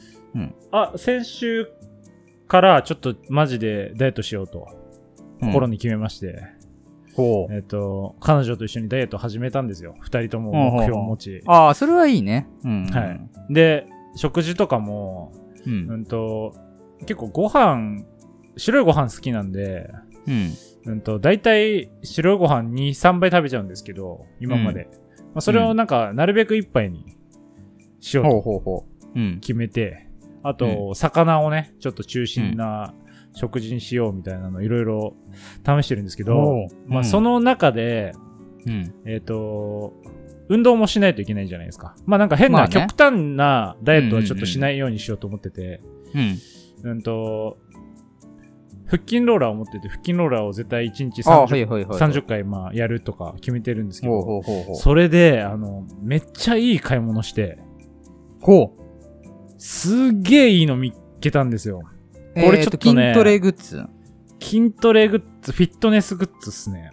[SPEAKER 2] あ、先週からちょっとマジでダイエットしようと心に決めまして、
[SPEAKER 1] こ
[SPEAKER 2] えっ、と、彼女と一緒にダイエットを始めたんですよ。二人とも目標を持ち。
[SPEAKER 1] ああ、それはいいね。うん。
[SPEAKER 2] はい。で、食事とかも、
[SPEAKER 1] うん
[SPEAKER 2] う。んと、結構ご飯、白いご飯好きなんで、
[SPEAKER 1] うん。
[SPEAKER 2] うんと、大体白いご飯2、3杯食べちゃうんですけど、今まで。まあ、それをなんか、なるべく1杯にしよう
[SPEAKER 1] ほう
[SPEAKER 2] と
[SPEAKER 1] ほうほう。うん。
[SPEAKER 2] 決めて、あ
[SPEAKER 1] う
[SPEAKER 2] と、魚をね、ちょっと中心な食事にしようみたいなのいろいろ試してるんですけど、まあ、そ、の中で、
[SPEAKER 1] うん。
[SPEAKER 2] えっ、と、運動もしないといけないじゃないですか。まあなんか変
[SPEAKER 1] まあ
[SPEAKER 2] な
[SPEAKER 1] ね
[SPEAKER 2] 極端なダイエットはちょっとしないようにしようと思ってて、
[SPEAKER 1] うん。
[SPEAKER 2] うんと、腹筋ローラーを持ってて、腹筋ローラーを絶対1日
[SPEAKER 1] ああ、
[SPEAKER 2] 30
[SPEAKER 1] はいはいはい。
[SPEAKER 2] 30回まあやるとか決めてるんですけ
[SPEAKER 1] ほう
[SPEAKER 2] ど、
[SPEAKER 1] ほうほうほう。
[SPEAKER 2] それで、あの、めっちゃいい買い物して、
[SPEAKER 1] ほう。
[SPEAKER 2] すげえいいの見っけたんですよ。
[SPEAKER 1] え
[SPEAKER 2] これ
[SPEAKER 1] ー
[SPEAKER 2] ちょ
[SPEAKER 1] と
[SPEAKER 2] っとね
[SPEAKER 1] 筋トレグッズ。は
[SPEAKER 2] 筋トレグッズ、フィットネスグッズっすね。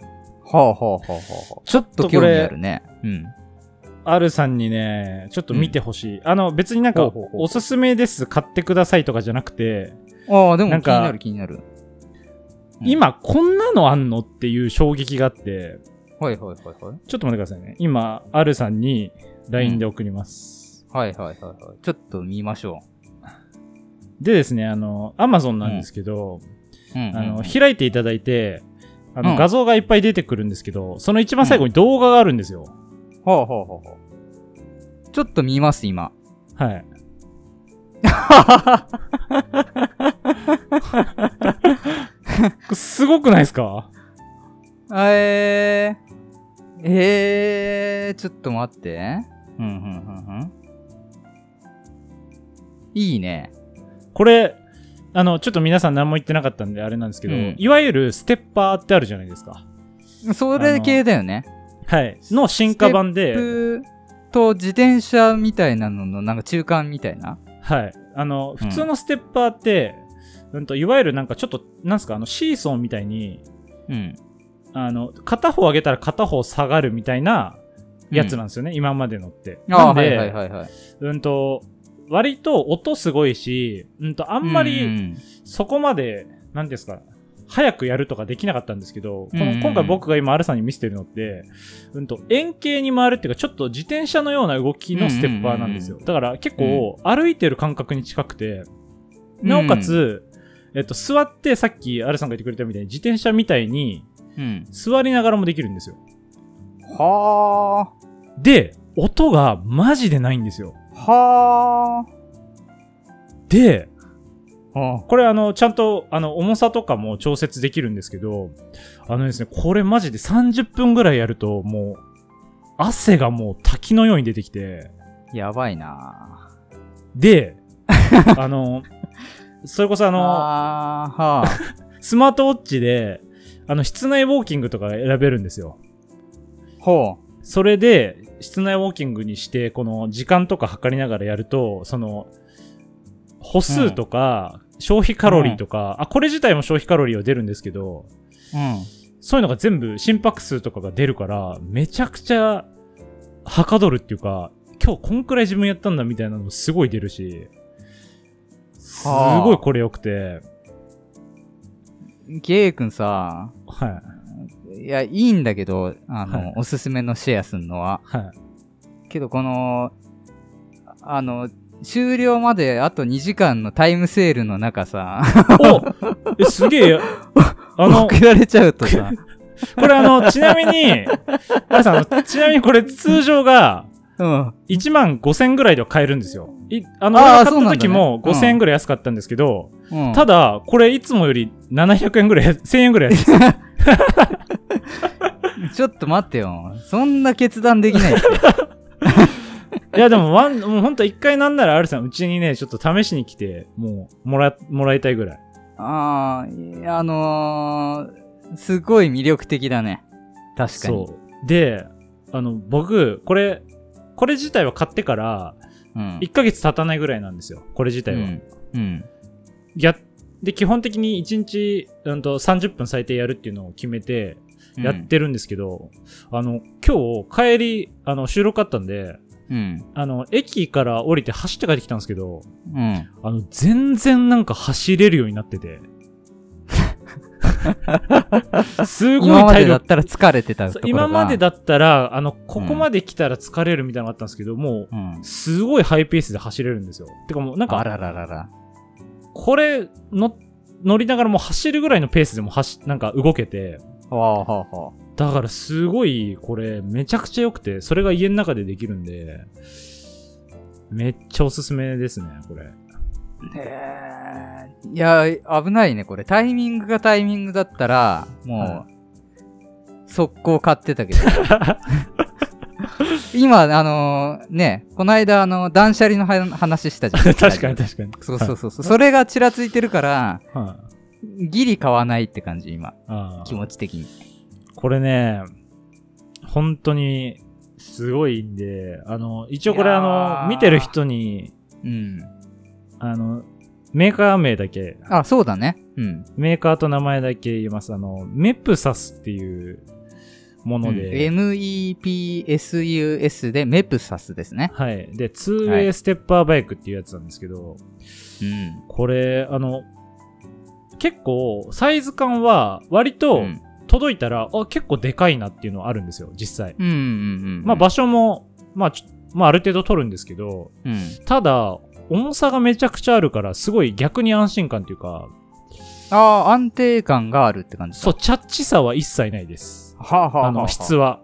[SPEAKER 1] あはあはあはあはあ。
[SPEAKER 2] ちょっ
[SPEAKER 1] ちょ
[SPEAKER 2] と
[SPEAKER 1] っと興
[SPEAKER 2] こ
[SPEAKER 1] 味ある
[SPEAKER 2] れ、
[SPEAKER 1] ね。うん。
[SPEAKER 2] あるさんにね、ちょっと見てほしい。あの、別になんか、
[SPEAKER 1] ほうほうほう
[SPEAKER 2] おすすめです、買ってくださいとかじゃなくて、
[SPEAKER 1] ああ、でも気
[SPEAKER 2] なん
[SPEAKER 1] に
[SPEAKER 2] か
[SPEAKER 1] なる気になる。うん
[SPEAKER 2] 今こんなのあんのっていう衝撃があって、
[SPEAKER 1] はいはいはいはい。
[SPEAKER 2] ちょっと待ってくださいね。今、あるさんに LINE で送ります。
[SPEAKER 1] はいはいはいはい。ちょっと見ましょ
[SPEAKER 2] でですね、あの、アマゾンなんですけど、
[SPEAKER 1] う。うん。
[SPEAKER 2] あ
[SPEAKER 1] うん
[SPEAKER 2] の、開いていただいて、あの、
[SPEAKER 1] うん
[SPEAKER 2] 画像がいっぱい出てくるんですけど、その一番最後に動画があるんですよ。
[SPEAKER 1] はあはあはあはあ。ちょっと見ます、今。
[SPEAKER 2] はい。 <laughs> これすごくないですか
[SPEAKER 1] えー、えー、ちょっと待って。うん、うん、うん、うん。いいね。
[SPEAKER 2] これ、あの、ちょっと皆さん何も言ってなかったんであれなんですけど、
[SPEAKER 1] うん
[SPEAKER 2] いわゆるステッパーってあるじゃないですか。
[SPEAKER 1] それ系だよね。
[SPEAKER 2] はい。の進化版で、
[SPEAKER 1] プと自転車みたいなののなんか中間みたいな。
[SPEAKER 2] はい。あの、
[SPEAKER 1] うん
[SPEAKER 2] 普通のステッパーって、うんと、いわゆるなんかちょっと、なんすか、あの、シーソーみたいに、
[SPEAKER 1] うん。
[SPEAKER 2] あの、片方上げたら片方下がるみたいなやつなんですよね、今までのって。
[SPEAKER 1] あ
[SPEAKER 2] な
[SPEAKER 1] あ
[SPEAKER 2] ん
[SPEAKER 1] ー、
[SPEAKER 2] で、
[SPEAKER 1] はいはいはいはい。
[SPEAKER 2] うんと、割と音すごいし、うんと、あんま
[SPEAKER 1] う
[SPEAKER 2] り
[SPEAKER 1] ん
[SPEAKER 2] そこまで、なんていうんですか、早くやるとかできなかったんですけど、こ
[SPEAKER 1] うん
[SPEAKER 2] の
[SPEAKER 1] うん
[SPEAKER 2] 今回僕が今、アルさんに見せてるのって、うんと、円形に回るっていうか、ちょっと自転車のような動きのステッパーなんですよ。
[SPEAKER 1] うん
[SPEAKER 2] だから結構、歩いてる感覚に近くて、なおかつ、えっと、座って、さっきアルさんが言ってくれたみたいに、自転車みたいに、
[SPEAKER 1] うん。
[SPEAKER 2] 座りながらもできるんですよ。
[SPEAKER 1] は
[SPEAKER 2] で、音がマジでないんですよ。
[SPEAKER 1] あ。は
[SPEAKER 2] で、
[SPEAKER 1] あ。
[SPEAKER 2] これあの、ちゃんと、あの、重さとかも調節できるんですけど、あのですね、これマジで30分ぐらいやると、もう、汗がもう滝のように出てきて、
[SPEAKER 1] やばいな <laughs>
[SPEAKER 2] で、あの、それこそあ
[SPEAKER 1] あ
[SPEAKER 2] の、
[SPEAKER 1] あーはあ。
[SPEAKER 2] スマートウォッチで、あの、室内ウォーキングとか選べるんですよ。
[SPEAKER 1] ほう。
[SPEAKER 2] それで、室内ウォーキングにして、この時間とか測りながらやると、その、歩数とか、消費カロリーとか、あ、これ自体も消費カロリーは出るんですけど、
[SPEAKER 1] うん。
[SPEAKER 2] そういうのが全部心拍数とかが出るから、めちゃくちゃ、はかどるっていうか、今日こんくらい自分やったんだみたいなのもすごい出るし、す
[SPEAKER 1] はあ
[SPEAKER 2] ごいこれ良くて、
[SPEAKER 1] ゲイ君さ、
[SPEAKER 2] はい、
[SPEAKER 1] いや、いいんだけど、あの、
[SPEAKER 2] はい
[SPEAKER 1] おすすめのシェアすんのは。
[SPEAKER 2] はい。
[SPEAKER 1] けど、この、あの、終了まであと2時間のタイムセールの中さ、
[SPEAKER 2] おえ、すげえ、あの、
[SPEAKER 1] 送られちゃうとさ、
[SPEAKER 2] これあの、ちなみに、あれさん、あのちなみにこれ通常が、
[SPEAKER 1] うん。
[SPEAKER 2] 1万5000円ぐらいでは買えるんですよ。いあの、
[SPEAKER 1] あー
[SPEAKER 2] 俺
[SPEAKER 1] そう
[SPEAKER 2] が買っ
[SPEAKER 1] な
[SPEAKER 2] た
[SPEAKER 1] んだね
[SPEAKER 2] 時も
[SPEAKER 1] うん
[SPEAKER 2] 5000円ぐらい安かったんですけど、
[SPEAKER 1] うん、
[SPEAKER 2] ただ、これいつもより700円ぐらい、1000円ぐらい安いです。
[SPEAKER 1] ちょっと待ってよ。そんな決断できないって。
[SPEAKER 2] いや、でも、ワン、もうほんと一回なんなら、あるさん、うちにね、ちょっと試しに来て、もう、もら、もらいたいぐらい。
[SPEAKER 1] ああ、あのー、すごい魅力的だね。確かに。
[SPEAKER 2] そう。で、あの、僕、これ、これ自体は買ってから、
[SPEAKER 1] うん。
[SPEAKER 2] 1ヶ月経たないぐらいなんですよ。これ自体は。
[SPEAKER 1] うん。うん。
[SPEAKER 2] や、で、基本的に1日、うんと、30分最低やるっていうのを決めて、やってるんですけど、あの、今日、帰り、あの、収録あったんで、
[SPEAKER 1] うん。
[SPEAKER 2] あの、駅から降りて走って帰ってきたんですけど、
[SPEAKER 1] うん。
[SPEAKER 2] あの、全然なんか走れるようになっ
[SPEAKER 1] <laughs>
[SPEAKER 2] てて。すごい
[SPEAKER 1] 今まで
[SPEAKER 2] 体
[SPEAKER 1] だっ
[SPEAKER 2] 力。
[SPEAKER 1] たら疲れてたところが
[SPEAKER 2] 今までだったら、あの、ここまで来たら疲れるみたいなのがあったんですけど、もう、
[SPEAKER 1] うん。
[SPEAKER 2] すごいハイペースで走れるんですよ。てかもう、なん
[SPEAKER 1] あ
[SPEAKER 2] か、
[SPEAKER 1] らららら。
[SPEAKER 2] これの、乗りながらもう走るぐらいのペースでも走、なんか動けて、
[SPEAKER 1] ほうほうほ
[SPEAKER 2] だからすごい、これ、めちゃくちゃ良くて、それが家の中でできるんで、めっちゃおすすめですね、これ。
[SPEAKER 1] う。へえ。いや、危ないね、これ。タイミングがタイミングだったら、も
[SPEAKER 2] は
[SPEAKER 1] う、速攻買ってた
[SPEAKER 2] <laughs>
[SPEAKER 1] けど。今、あのーね、この間、あの、断捨離のは話したじゃん。
[SPEAKER 2] <laughs> 確かに確かに。
[SPEAKER 1] そうそうそうそう。それがちらついてるから、
[SPEAKER 2] はい。
[SPEAKER 1] ギリ買わないって感じ、今。
[SPEAKER 2] あー
[SPEAKER 1] 気持ち的に。
[SPEAKER 2] これね、本当にすごいんで、あの、一応これ
[SPEAKER 1] いや
[SPEAKER 2] あ
[SPEAKER 1] ー
[SPEAKER 2] の、見てる人に、
[SPEAKER 1] うん。
[SPEAKER 2] あの、メーカー名だけ、
[SPEAKER 1] あ、そうだね。うん。
[SPEAKER 2] メーカーと名前だけ言います。あの、メプサスっていうもので、
[SPEAKER 1] MEPSUS でメプサスですね。
[SPEAKER 2] はい。で、ツーウェイステッパーバイクっていうやつなんですけど、
[SPEAKER 1] うん。
[SPEAKER 2] これ、あの、結構、サイズ感は、割と
[SPEAKER 1] う、ん
[SPEAKER 2] 届いたら、あ、結構でかいなっていうのはあるんですよ、実際。
[SPEAKER 1] うんうんうん。
[SPEAKER 2] まあ、場所も、まあ、ちょまあ、ある程度取るんですけど、
[SPEAKER 1] うん。
[SPEAKER 2] ただ、重さがめちゃくちゃあるから、すごい逆に安心感というか、
[SPEAKER 1] ああ、安定感があるって感じ。
[SPEAKER 2] そうう、チャッチさは一切ないです。
[SPEAKER 1] はあ、はあはあ
[SPEAKER 2] あの、質は。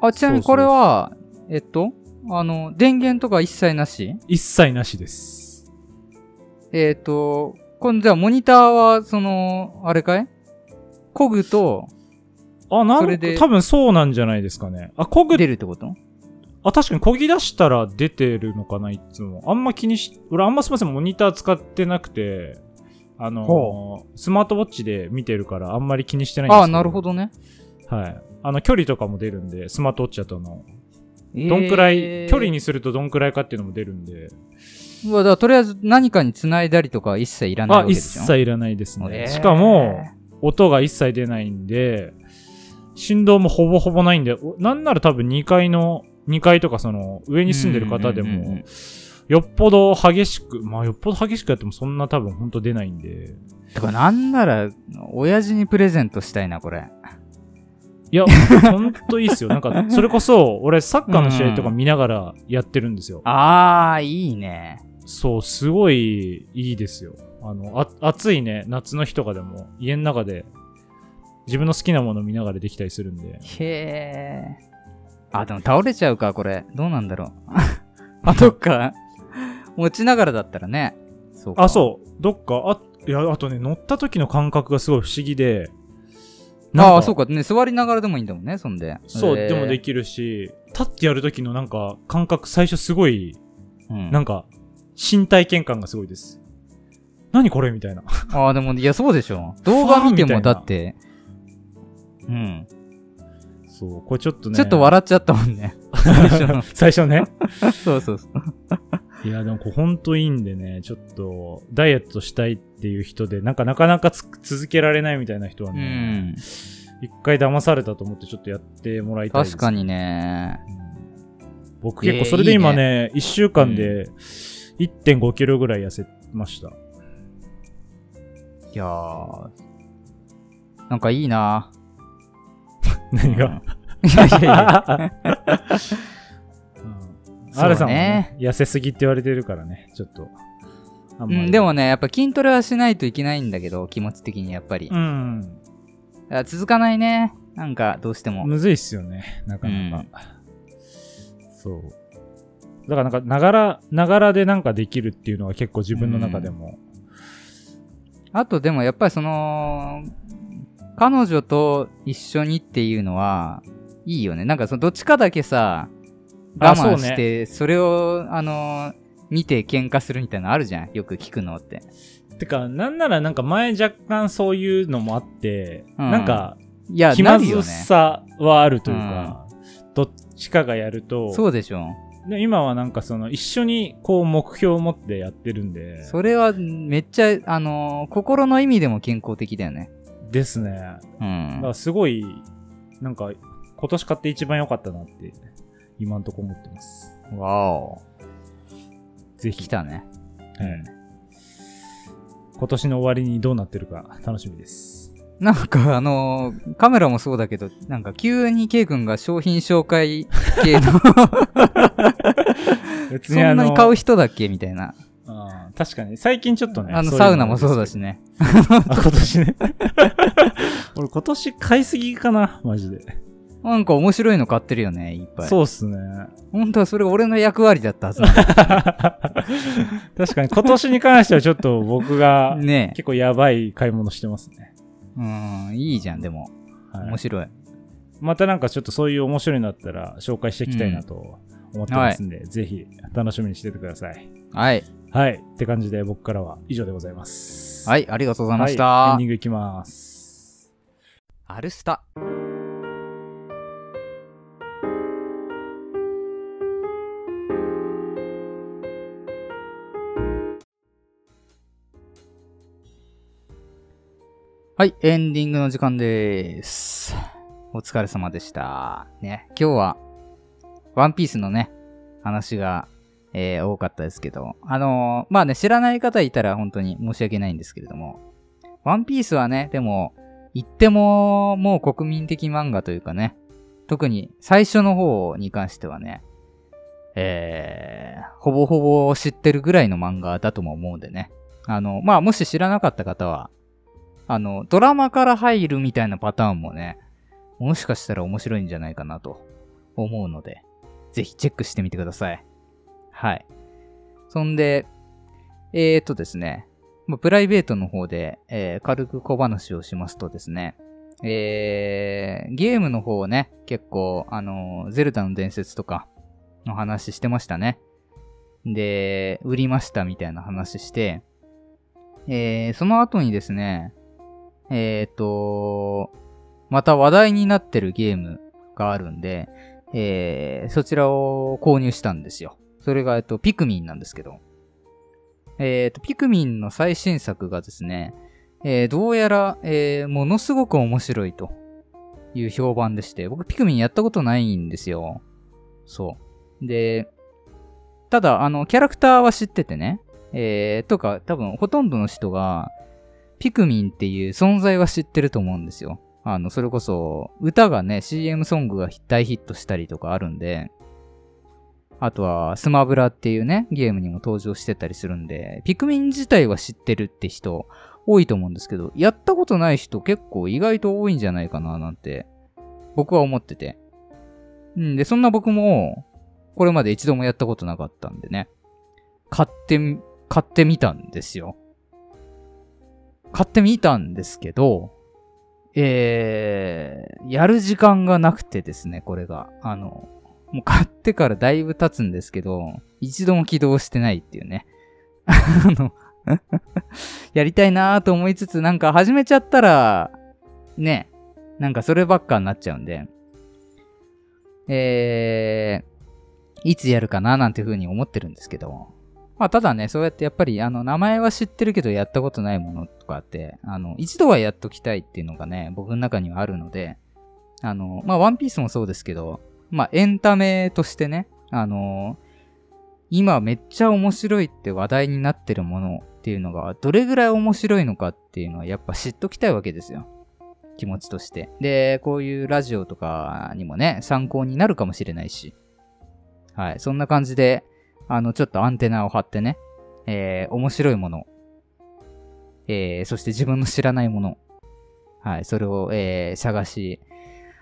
[SPEAKER 1] あ、ちなみにこれは、えっと、あの、電源とか一切なし
[SPEAKER 2] 一切なしです。
[SPEAKER 1] えっ、と、今度じゃあモニターは、その、あれかいコグと
[SPEAKER 2] あ、な
[SPEAKER 1] そ
[SPEAKER 2] ん
[SPEAKER 1] れ
[SPEAKER 2] か
[SPEAKER 1] で、
[SPEAKER 2] 多分そうなんじゃないですかね。あ、こぐ
[SPEAKER 1] 出るってこと
[SPEAKER 2] あ、確かにこぎ出したら出てるのかな、いつも。あんま気にし、俺あんますみません、モニター使ってなくて、あの
[SPEAKER 1] ほ
[SPEAKER 2] ー、スマートウォッチで見てるからあんまり気にしてないんです
[SPEAKER 1] あ
[SPEAKER 2] けど。
[SPEAKER 1] あ、なるほどね。
[SPEAKER 2] はい。あの、距離とかも出るんで、スマートウォッチだとあの、どんくらい、距離
[SPEAKER 1] に。
[SPEAKER 2] にするとどんくらいかっていうのも出るんで、
[SPEAKER 1] うわだからとりあえず何かに繋いだりとかは一切いらないわ
[SPEAKER 2] あ、
[SPEAKER 1] け
[SPEAKER 2] 一
[SPEAKER 1] でしょ
[SPEAKER 2] 切いらないですね。
[SPEAKER 1] えー
[SPEAKER 2] しかも、音が一切出ないんで、振動もほぼほぼないんで、おなんなら多分2階の、2階とかその上に住んでる方で
[SPEAKER 1] うんうんうんうん
[SPEAKER 2] も、よっぽど激しく、まあよっぽど激しくやってもそんな多分ほんと出ないんで、
[SPEAKER 1] てか、なんなら、親父にプレゼントしたいな、これ。
[SPEAKER 2] いや、ほんといいっすよ。なんか、それこそ、俺サッカーの試合とか見ながらやってるんですよ。
[SPEAKER 1] あー、いいね。
[SPEAKER 2] そう、すごいいいですよ。あの、あ暑いね、夏の日とかでも、家の中で、自分の好きなもの見ながらできたりするんで。
[SPEAKER 1] へー。あ、でも倒れちゃうか、これ。どうなんだろう。 <laughs> あ、どっか。持ちながらだったらね。そうか
[SPEAKER 2] あ、そう。どっか、あ、いや、あとね、乗った時の感覚がすごい不思議で。
[SPEAKER 1] ああ、そう
[SPEAKER 2] か。
[SPEAKER 1] か。ね、座りながらでもいいんだもんね、そんで。
[SPEAKER 2] そう、
[SPEAKER 1] へー
[SPEAKER 2] でもできるし、立ってやる時のなんか、感覚、最初すごい、
[SPEAKER 1] うん
[SPEAKER 2] なんか、身体験感がすごいです。何これみたいな。
[SPEAKER 1] ああ、でも、いや、そうでしょ。動画見て
[SPEAKER 2] ファー
[SPEAKER 1] も、
[SPEAKER 2] みたいな
[SPEAKER 1] だって、うん。
[SPEAKER 2] そう、これちょっとね。
[SPEAKER 1] ちょっと笑っちゃったもんね。 <laughs> 最初
[SPEAKER 2] <laughs>
[SPEAKER 1] の
[SPEAKER 2] 最初ね。
[SPEAKER 1] そうそうそう。
[SPEAKER 2] いや、でもこれほんといいんでね、ちょっと、ダイエットしたいっていう人で、なんかなかなかつ続けられないみたいな人は
[SPEAKER 1] う
[SPEAKER 2] ね、
[SPEAKER 1] ん。
[SPEAKER 2] 一回騙されたと思ってちょっとやってもらいたいです、
[SPEAKER 1] 確かにね。
[SPEAKER 2] うん。僕結構それで今ね、1週間で1.5キロぐらい痩せました。
[SPEAKER 1] いやー。なんかいいな。
[SPEAKER 2] 何が、
[SPEAKER 1] <laughs> いやいやい
[SPEAKER 2] <laughs>
[SPEAKER 1] や。
[SPEAKER 2] うん
[SPEAKER 1] そうね
[SPEAKER 2] アレさんもね、痩せすぎって言われてるからね、ちょっと。
[SPEAKER 1] う
[SPEAKER 2] あんまり
[SPEAKER 1] ん、でもね、やっぱ筋トレはしないといけないんだけど、気持ち的にやっぱり
[SPEAKER 2] う。ん。
[SPEAKER 1] あ続かないね。なんか、どうしても。
[SPEAKER 2] むずいっすよね、なかなか。そう。だからなんか、ながら、ながらでなんかできるっていうのは結構自分の中でも。
[SPEAKER 1] あとでもやっぱりその、彼女と一緒にっていうのは、いいよね。なんかそのどっちかだけさ、
[SPEAKER 2] あ
[SPEAKER 1] 我
[SPEAKER 2] そうね
[SPEAKER 1] 慢して、それを、あの、見て喧嘩するみたいなのあるじゃん。よく聞くのって。
[SPEAKER 2] てか、なんならなんか前若干そういうのもあって、
[SPEAKER 1] うん
[SPEAKER 2] なんか、
[SPEAKER 1] いや、
[SPEAKER 2] 気
[SPEAKER 1] な
[SPEAKER 2] ま
[SPEAKER 1] るよ
[SPEAKER 2] ず
[SPEAKER 1] ね。
[SPEAKER 2] さはあるというか、どっちかがやると、
[SPEAKER 1] そうでしょ。
[SPEAKER 2] で今はなんかその一緒にこう目標を持ってやってるんで、
[SPEAKER 1] それはめっちゃ、あの、心の意味でも健康的だよね。
[SPEAKER 2] ですね。
[SPEAKER 1] う
[SPEAKER 2] だ
[SPEAKER 1] ん
[SPEAKER 2] か。らすごい、なんか、今年買って一番良かったなって、今んとこ思ってます。
[SPEAKER 1] わお。
[SPEAKER 2] ぜひ
[SPEAKER 1] 来。たね。
[SPEAKER 2] はい今年の終わりにどうなってるか楽しみです。
[SPEAKER 1] なんかあのーカメラもそうだけど、なんか急に K 君が商品紹介系の、
[SPEAKER 2] <laughs> 別
[SPEAKER 1] そんなに買う人だっけみたいな。
[SPEAKER 2] あー確かに。最近ちょっとね。
[SPEAKER 1] あの、
[SPEAKER 2] そういう
[SPEAKER 1] サウナもそうだし
[SPEAKER 2] ね。
[SPEAKER 1] ね。
[SPEAKER 2] あ今年ね。 <laughs> 俺今年買いすぎかな、マジで。
[SPEAKER 1] なんか面白いの買ってるよね、いっぱい。
[SPEAKER 2] そうっすね。 <laughs>
[SPEAKER 1] 本当はそれが俺の役割だったはずなんだ
[SPEAKER 2] 確かに今年に関してはちょっと僕が
[SPEAKER 1] ねえ。
[SPEAKER 2] 結構やば <laughs> い買い物してますね。
[SPEAKER 1] うん、いいじゃん、でも。
[SPEAKER 2] はい
[SPEAKER 1] 面白い。
[SPEAKER 2] またなんかちょっとそういう面白いのあったら紹介していきたいなと思ってますんで、ぜひ楽しみにしててください。
[SPEAKER 1] はい。
[SPEAKER 2] はい。って感じで僕からは以上でございます。。
[SPEAKER 1] はいい、ありがとうございまし
[SPEAKER 2] はい、エ
[SPEAKER 1] た
[SPEAKER 2] ンデ。ィングいきます。
[SPEAKER 1] アルスタ。はい、エンディングの時間です。お疲れ様でした。ね、今日は、ワンピースのね、話が、えー多かったですけど、あのーまあね、知らない方いたら本当に申し訳ないんですけれども、ワンピースはね、でも、言っても、もう国民的漫画というかね、特に最初の方に関してはね、えー、ほぼほぼ知ってるぐらいの漫画だとも思うんでね。あの、まあ、もし知らなかった方は、あの、ドラマから入るみたいなパターンもね、もしかしたら面白いんじゃないかなと思うので、ぜひチェックしてみてください。はい。そんで、えーとですね、まあプライベートの方で、えー軽く小話をしますとですね、えーゲームの方をね、結構、あのゼルダの伝説とかの話してましたね。で、売りましたみたいな話して、えーその後にですね、えーと、また話題になってるゲームがあるんで、えーそちらを購入したんですよ。それが、えっと、ピクミンなんですけど。えっと、ピクミンの最新作がですね、えーどうやら、えーものすごく面白いという評判でして、僕ピクミンやったことないんですよ。そう。で、ただ、あの、キャラクターは知っててね、えーとか、多分ほとんどの人が、ピクミンっていう存在は知ってると思うんですよ。あの、それこそ、歌がね、CM ソングが大ヒットしたりとかあるんで、あとは、スマブラっていうね、ゲームにも登場してたりするんで、ピクミン自体は知ってるって人、多いと思うんですけど、やったことない人結構意外と多いんじゃないかななんて、僕は思ってて。うん、で、そんな僕も、これまで一度もやったことなかったんでね、買ってみ、買ってみたんですよ。買ってみたんですけど、えー、やる時間がなくてですね、これが。あの、もう買ってからだいぶ経つんですけど、一度も起動してないっていうね。 <laughs> あの、 <laughs> やりたいなぁと思いつつ、なんか始めちゃったら、ね、なんかそればっかになっちゃうんで、えー、いつやるかななんていう風に思ってるんですけど、まあただね、そうやってやっぱり、あの、名前は知ってるけどやったことないものとかって、あの、一度はやっときたいっていうのがね、僕の中にはあるので、あの、まあワンピースもそうですけど、まあエンタメとしてね、あの、今めっちゃ面白いって話題になってるものっていうのがどれぐらい面白いのかっていうのはやっぱ知っときたいわけですよ。気持ちとして。で、こういうラジオとかにもね、参考になるかもしれないし。はい。そんな感じで、あの、ちょっとアンテナを張ってね、えー、面白いもの、えー、そして自分の知らないもの、はい。それを、えー、探し、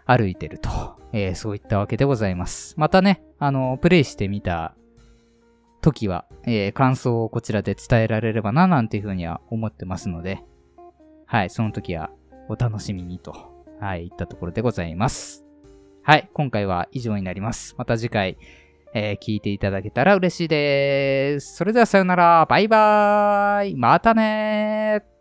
[SPEAKER 1] 歩いてると、えー、そういったわけでございます。またね、あの、プレイしてみた時は、えー感想をこちらで伝えられればな、なんていうふうには思ってますので、はい、その時はお楽しみにと、はい、いったところでございます。はい、今回は以上になります。また次回、えー聞いていただけたら嬉しいです。それではさよなら、バイバーイ、またねー。